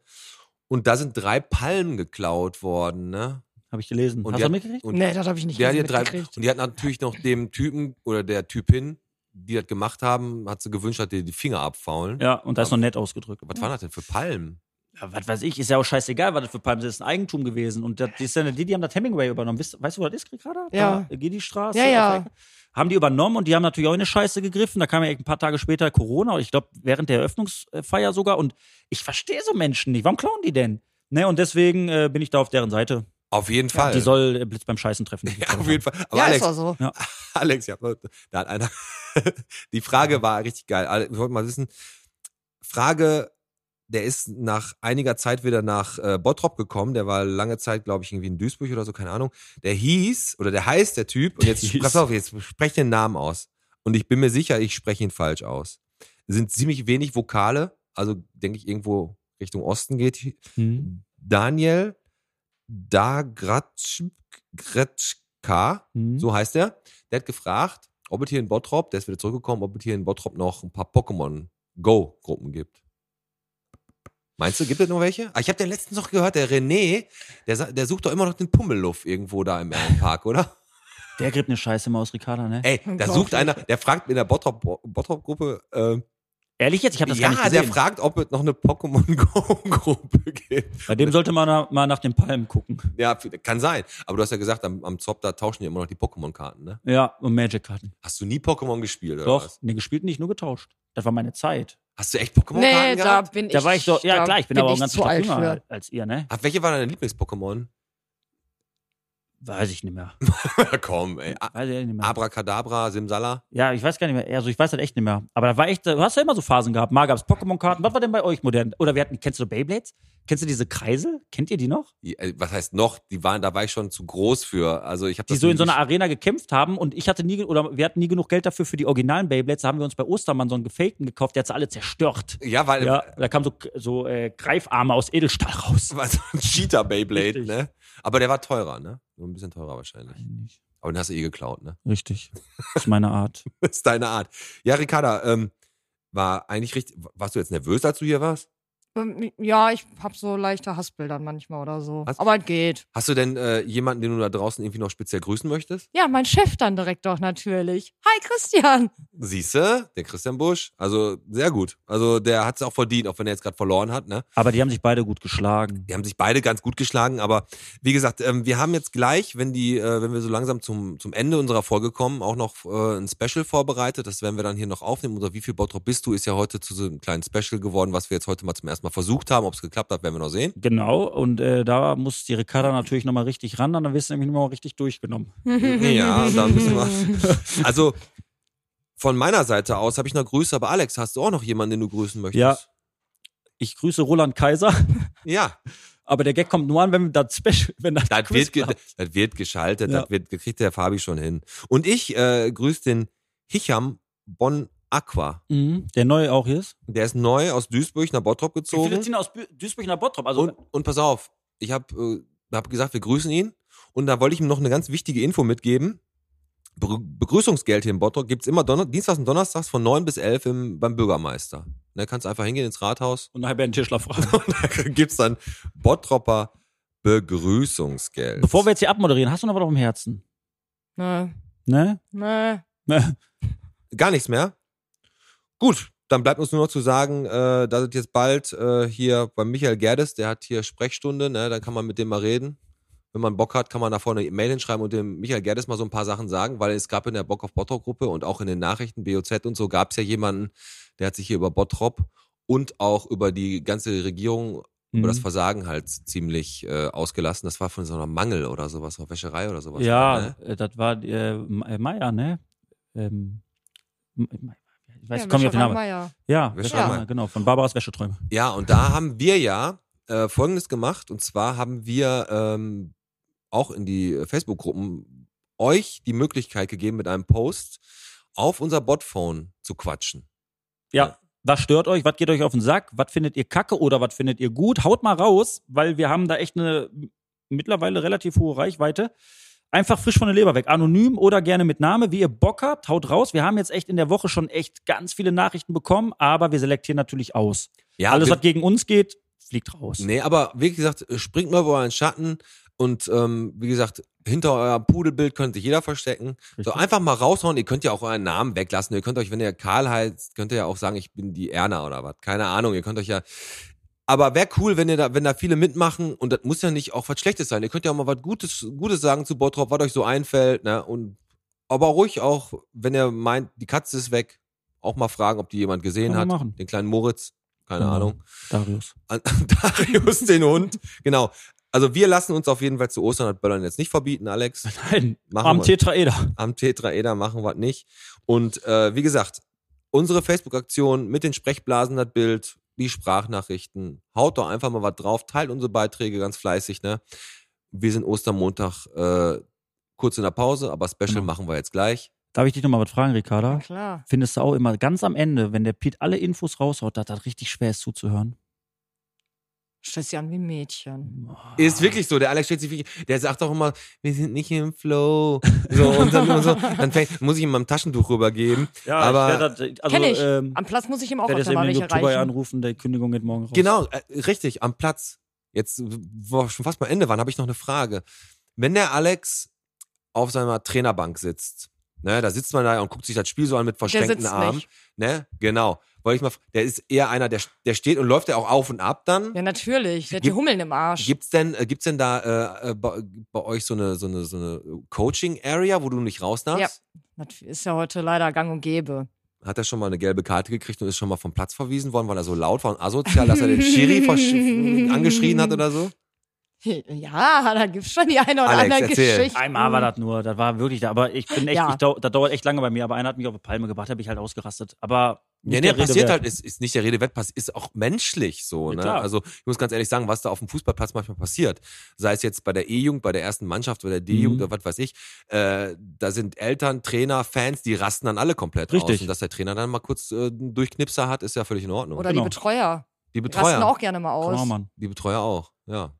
S6: Und da sind drei Palmen geklaut worden, ne?
S7: Habe ich gelesen.
S6: Und
S7: hast
S6: die
S7: du
S6: hat-
S7: das mitgekriegt?
S6: Und
S9: Nee, das habe ich nicht
S6: der hat ihr
S9: gesehen,
S6: drei,
S9: mitgekriegt.
S6: und die hat natürlich noch dem Typen oder der Typin, die das gemacht haben, hat sie gewünscht, hat ihr die Finger abfaulen.
S7: Ja, und da ist noch nett ausgedrückt.
S6: Was waren das denn für Palmen?
S7: Ja, was weiß ich, ist ja auch scheißegal, was das für Palmen sind. Das ist ein Eigentum gewesen. Und das, die, ist ja, die, die haben das Hemingway übernommen. Weißt, weißt du, wo das ist gerade?
S9: Ja.
S7: Da, Gidi-Straße.
S9: Ja, ja.
S7: auf der Ecke. Haben die übernommen und die haben natürlich auch in eine Scheiße gegriffen. Da kam ja ein paar Tage später Corona, ich glaube, während der Eröffnungsfeier sogar. Und ich verstehe so Menschen nicht. Warum klauen die denn? Ne, und deswegen äh, bin ich da auf deren Seite.
S6: Auf jeden Fall.
S7: Die soll äh, Blitz beim Scheißen treffen.
S6: ja, auf jeden Fall. Aber
S9: Ja,
S6: Alex,
S9: ist auch so.
S6: Alex, ja, da hat einer. Die Frage war richtig geil. Ale- Wir wollten mal wissen. Frage, der ist nach einiger Zeit wieder nach äh, Bottrop gekommen. Der war lange Zeit, glaube ich, irgendwie in Duisburg oder so, keine Ahnung. Der hieß, oder der heißt der Typ, und jetzt,
S7: Hieß.
S6: pass auf, jetzt spreche den Namen aus. Und ich bin mir sicher, ich spreche ihn falsch aus. Es sind ziemlich wenig Vokale, also denke ich, irgendwo Richtung Osten geht.
S7: Hm.
S6: Daniel Dagratschka.
S7: Hm.
S6: So heißt er. Der hat gefragt, ob es hier in Bottrop, der ist wieder zurückgekommen, ob es hier in Bottrop noch ein paar Pokémon Go-Gruppen gibt. Meinst du, gibt es noch welche? Ah, ich habe den letztens noch gehört, der René, der, sa- der sucht doch immer noch den Pummelluff irgendwo da im Park, oder?
S7: Der gräbt eine Scheiße Maus, Ricarda, ne?
S6: Ey, da sucht einer, der fragt in der Bottrop- Bottrop-Gruppe, äh,
S7: Ehrlich jetzt? Ich habe das gar nicht
S6: ja, der
S7: gesehen.
S6: fragt, ob es noch eine Pokémon Go-Gruppe gibt.
S7: Bei dem sollte man na- mal nach den Palmen gucken.
S6: Ja, kann sein. Aber du hast ja gesagt, am, am Zop, da tauschen die immer noch die Pokémon-Karten, ne?
S7: Ja, und Magic-Karten.
S6: Hast du nie Pokémon gespielt, oder
S7: Doch,
S6: was?
S7: nee, gespielt nicht, nur getauscht. Das war meine Zeit.
S6: Hast du echt Pokémon-Karten
S9: Nee, da
S6: gehabt?
S9: bin ich.
S7: Da war ich doch, ja
S9: da
S7: klar, ich bin, aber auch ganz
S9: zu alt
S7: jünger
S9: für.
S7: als ihr, ne?
S6: Ab welche war deine Lieblings-Pokémon?
S7: Weiß ich nicht mehr.
S6: Na Komm, ey. A-
S7: Weiß ich echt nicht mehr.
S6: Abracadabra, Simsala.
S7: ja, ich weiß gar nicht mehr. Also ich weiß das echt nicht mehr. Aber da war echt, du hast ja immer so Phasen gehabt. Mal gab's Pokémon-Karten. Was war denn bei euch modern? Oder wir hatten, kennst du Beyblades? Kennst du diese Kreisel? Kennt ihr die noch?
S6: Die, äh, Was heißt noch? Die waren, da war ich schon zu groß für. Also ich habe
S7: die so in so einer Arena gekämpft haben und ich hatte nie ge- oder wir hatten nie genug Geld dafür für die originalen Beyblades, da haben wir uns bei Ostermann so einen gefakten gekauft, der hat sie alle zerstört.
S6: Ja, weil
S7: Ja, da kamen so, so äh, Greifarme aus Edelstahl raus.
S6: war so ein Cheetah Beyblade,
S7: Richtig.
S6: ne? Aber der war teurer, ne? Nur ein bisschen teurer wahrscheinlich. Aber den hast du eh geklaut, ne?
S7: Richtig. Das ist meine Art.
S6: Das ist deine Art. Ja, Ricarda, ähm, war eigentlich richtig. Warst du jetzt nervös, als du hier warst?
S9: Ähm, Ja, ich hab so leichte Hassbilder manchmal oder so.
S6: Was?
S9: Aber es geht.
S6: Hast du denn äh, jemanden, den du da draußen irgendwie noch speziell grüßen möchtest?
S9: Ja, mein Chef dann direkt doch natürlich. Hi Christian.
S6: Siehste, der Christian Busch. Also sehr gut. Also der hat es auch verdient, auch wenn er jetzt gerade verloren hat, ne?
S7: Aber die haben sich beide gut geschlagen.
S6: Die haben sich beide ganz gut geschlagen, aber wie gesagt, ähm, wir haben jetzt gleich, wenn die, äh, wenn wir so langsam zum, zum Ende unserer Folge kommen, auch noch äh, ein Special vorbereitet. Das werden wir dann hier noch aufnehmen. Unser Wie viel Bottrop bist du ist ja heute zu so einem kleinen Special geworden, was wir jetzt heute mal zum ersten Mal versucht haben. Ob es geklappt hat, werden wir noch sehen.
S7: Genau, und äh, da muss die Ricarda natürlich nochmal richtig ran, dann wirst du nämlich nochmal richtig durchgenommen.
S6: ja, da müssen wir. Also von meiner Seite aus habe ich noch Grüße, aber Alex, hast du auch noch jemanden, den du grüßen möchtest?
S7: Ja. Ich grüße Roland Kaiser,
S6: Ja,
S7: aber der Gag kommt nur an, wenn das Special, wenn das,
S6: das
S7: Quiz
S6: wird, ge
S7: klappt.
S6: das wird geschaltet,
S7: Ja.
S6: das wird, das kriegt der Fabi schon hin. Und ich äh, grüße den Hicham Bon Aqua.
S7: Mhm, der neue auch hier ist.
S6: Der ist neu aus Duisburg nach Bottrop
S7: So. Viele
S6: gezogen.
S7: ziehen aus Bü- Duisburg nach Bottrop. Also,
S6: Und, und pass auf, ich habe äh, hab gesagt, wir grüßen ihn. Und da wollte ich ihm noch eine ganz wichtige Info mitgeben. Be Begrüßungsgeld hier in Bottrop gibt's immer Donner Dienstags und Donnerstags von 9 bis 11 im, beim Bürgermeister. Ne, Da kannst du einfach hingehen ins Rathaus.
S7: und nachher werden Tischler fragen.
S6: Da gibt's dann Bottropper Begrüßungsgeld.
S7: Bevor wir jetzt hier abmoderieren, hast du noch was auf dem Herzen?
S9: Ne,
S7: Ne?
S9: ne.
S7: Ne?
S6: Gar nichts mehr? Gut, dann bleibt uns nur noch zu sagen, äh, da sind jetzt bald äh, hier bei Michael Gerdes, der hat hier Sprechstunde, ne, dann kann man mit dem mal reden. Wenn man Bock hat, kann man da vorne eine Mail hinschreiben und dem Michael Gerdes mal so ein paar Sachen sagen, weil es gab in der Bock auf Bottrop-Gruppe und auch in den Nachrichten, BOZ und so, gab es ja jemanden, der hat sich hier über Bottrop und auch über die ganze
S7: Oh,
S6: Regierung,
S7: Mhm.
S6: über das Versagen halt ziemlich äh, ausgelassen. Das war von so einer Mangel oder sowas, oder Wäscherei oder sowas.
S7: Ja,
S6: ne?
S7: äh, das war äh, Meier, ne? Ähm, M- M- ich weiß,
S9: Ja,
S7: ich komme nicht auf den
S9: Wäscherei
S7: Namen.
S9: Meier.
S7: Ja,
S6: Wäscherei
S7: Wäscherei,
S6: Meier.
S7: Meier, genau, von Barbaras Wäscheträume.
S6: Ja, und da haben wir ja äh, Folgendes gemacht. Und zwar haben wir ähm, auch in die äh, Facebook-Gruppen euch die Möglichkeit gegeben, mit einem Post auf unser Botphone zu quatschen.
S7: Ja. Was stört euch? Was geht euch auf den Sack? Was findet ihr kacke oder was findet ihr gut? Haut mal raus, weil wir haben da echt eine mittlerweile relativ hohe Reichweite. Einfach frisch von der Leber weg. Anonym oder gerne mit Name, wie ihr Bock habt, haut raus. Wir haben jetzt echt in der Woche schon echt ganz viele Nachrichten bekommen, aber wir selektieren natürlich aus.
S6: Ja,
S7: Alles,
S6: wir-
S7: was gegen uns geht, fliegt raus.
S6: Nee, aber wie gesagt, äh, springt mal über euren Schatten und ähm, wie gesagt, hinter eurem Pudelbild könnte sich jeder verstecken. So einfach mal raushauen, ihr könnt ja auch euren Namen weglassen. Ihr könnt euch, wenn ihr Karl heißt, könnt ihr ja auch sagen, ich bin die Erna oder was. Keine Ahnung, ihr könnt euch ja. Aber wäre cool, wenn ihr da, wenn da viele mitmachen und das muss ja nicht auch was Schlechtes sein. Ihr könnt ja auch mal was Gutes, Gutes sagen zu Bottrop, was euch so einfällt, ne? Und aber ruhig auch, wenn ihr meint, die Katze ist weg, auch mal fragen, ob die jemand gesehen
S7: Kann
S6: hat.
S7: man machen.
S6: Den kleinen Moritz, keine
S7: Genau.
S6: Ahnung.
S7: Darius.
S6: An- Darius den Hund. Genau. Also wir lassen uns auf jeden Fall zu Ostern das Böllern jetzt nicht verbieten, Alex.
S7: Nein,
S6: Machen
S7: am
S6: wir.
S7: Tetraeder.
S6: Am Tetraeder machen wir nicht. Und äh, wie gesagt, unsere Facebook-Aktion mit den Sprechblasen, das Bild, die Sprachnachrichten, haut doch einfach mal was drauf, teilt unsere Beiträge ganz fleißig. Ne? Wir sind Ostermontag äh, kurz in der Pause, aber Special
S7: Genau.
S6: machen wir jetzt gleich.
S7: Darf ich dich nochmal was fragen, Ricarda?
S9: Klar.
S7: Findest du auch immer ganz am Ende, wenn der Pete alle Infos raushaut, dass das richtig schwer ist zuzuhören?
S9: Stellst dich an wie ein
S7: Mhm.
S9: Mädchen.
S7: Ah.
S6: Ist wirklich so. Der Alex stellt sich wirklich, der sagt auch immer, wir sind nicht im Flow. So, und dann, und so, dann fängt, muss ich ihm mal ein Taschentuch rübergeben.
S7: Ja,
S6: Aber-
S7: ich werd das, also,
S9: Kenn ich.
S7: Ähm,
S9: Am Platz muss ich ihm auch
S7: werde jetzt
S9: öfter
S7: eben
S9: mal
S7: den
S9: welche
S7: YouTuber ja
S9: reichen.
S7: anrufen, der Kündigung geht morgen raus.
S6: Genau, äh, richtig, am Platz. Jetzt, wo wir schon fast mal Ende waren, habe ich noch eine Frage. Wenn der Alex auf seiner Trainerbank sitzt, ne, da sitzt man da und guckt sich das Spiel so an mit verschränkten
S9: sitzt
S6: Armen.
S9: nicht.
S6: Ne? Genau. Wollte ich mal, f- der ist eher einer, der, der steht und läuft der auch auf und ab dann.
S9: Ja, natürlich. Der hat die
S6: Gibt-
S9: Hummeln im Arsch.
S6: Gibt's denn, äh, gibt's denn da äh, äh, bei, bei euch so eine, so eine, so eine Coaching-Area, wo du nicht raus darfst?
S9: Ja. Das ist ja heute leider gang und gäbe.
S6: hat er schon mal eine gelbe Karte gekriegt und ist schon mal vom Platz verwiesen worden, weil er so laut war und asozial, dass er den Schiri versch- angeschrien hat oder so?
S9: Ja, da gibt's schon die eine oder
S6: Alex,
S9: andere
S6: erzähl.
S9: Geschichte.
S7: Einmal war das nur, das war wirklich da, aber ich bin echt,
S9: Ja.
S7: ich dau, das dauert echt lange bei mir, aber einer hat mich auf die Palme gebracht, habe ich halt ausgerastet. Aber
S6: Ja,
S7: nicht
S6: nee,
S7: der Rede
S6: passiert
S7: wert.
S6: halt, ist, ist nicht der Rede wert, pass- ist auch menschlich so.
S7: Ja,
S6: Ne?
S7: klar.
S6: also ich muss ganz ehrlich sagen, was da auf dem Fußballplatz manchmal passiert, sei es jetzt bei der E-Jugend, bei der ersten Mannschaft oder der D-Jugend
S7: Mhm.
S6: oder was weiß ich, äh, da sind Eltern, Trainer, Fans, die rasten dann alle komplett aus.
S7: Richtig.
S6: Und dass der Trainer dann mal kurz äh, einen Durchknipser hat, ist ja völlig in Ordnung.
S9: Oder
S7: Genau.
S9: die Betreuer.
S6: die
S9: Die Rasten
S6: Betreuer,
S9: auch gerne mal aus.
S7: Genau, Mann.
S6: die Betreuer auch, ja.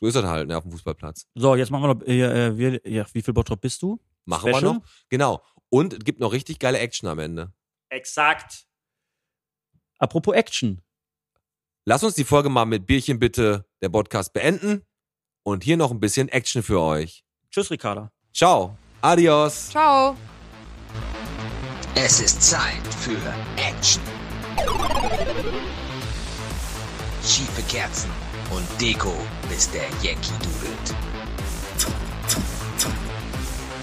S6: So ist das halt ne, auf dem Fußballplatz.
S7: So, jetzt machen wir noch, äh, äh, wir, ja, wie viel Bottrop bist du?
S6: Machen wir
S7: Special?
S6: noch. Genau. Und es gibt noch richtig geile Action am Ende.
S7: Exakt. Apropos Action.
S6: Lass uns die Folge mal mit Bierchen bitte der Podcast beenden und hier noch ein bisschen Action für euch.
S7: Tschüss, Ricarda.
S6: Ciao, adios.
S9: Ciao.
S3: Es ist Zeit für Action. Schiefe Kerzen und Deko, bis der Yankee dudelt.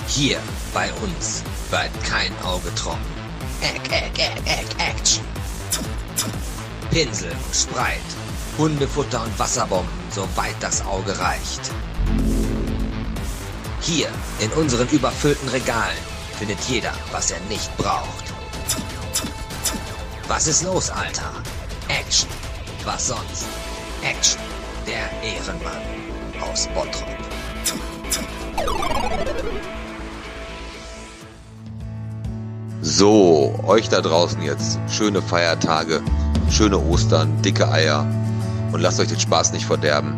S3: Hier bei uns bleibt kein Auge trocken. Ack, ack, ack, ack, Action. Pinsel und Spreit, Hundefutter und Wasserbomben, soweit das Auge reicht. Hier in unseren überfüllten Regalen findet jeder, was er nicht braucht. Was ist los, Alter? Action. Was sonst? Action. Der Ehrenmann aus Bottrop.
S1: So, euch da draußen jetzt schöne Feiertage, schöne Ostern, dicke Eier und lasst euch den Spaß nicht verderben.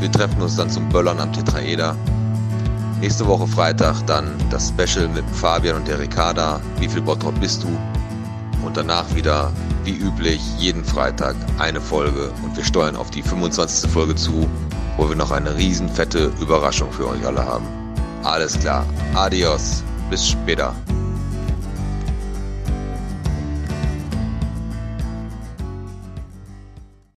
S1: Wir treffen uns dann zum Böllern am Tetraeder. Nächste Woche Freitag dann das Special mit Fabian und der Ricarda. Wie viel Bottrop bist du? Und danach wieder, wie üblich, jeden Freitag eine Folge und wir steuern auf die 25. Folge zu. wo wir noch eine riesenfette Überraschung für euch alle haben. Alles klar, adios, bis später.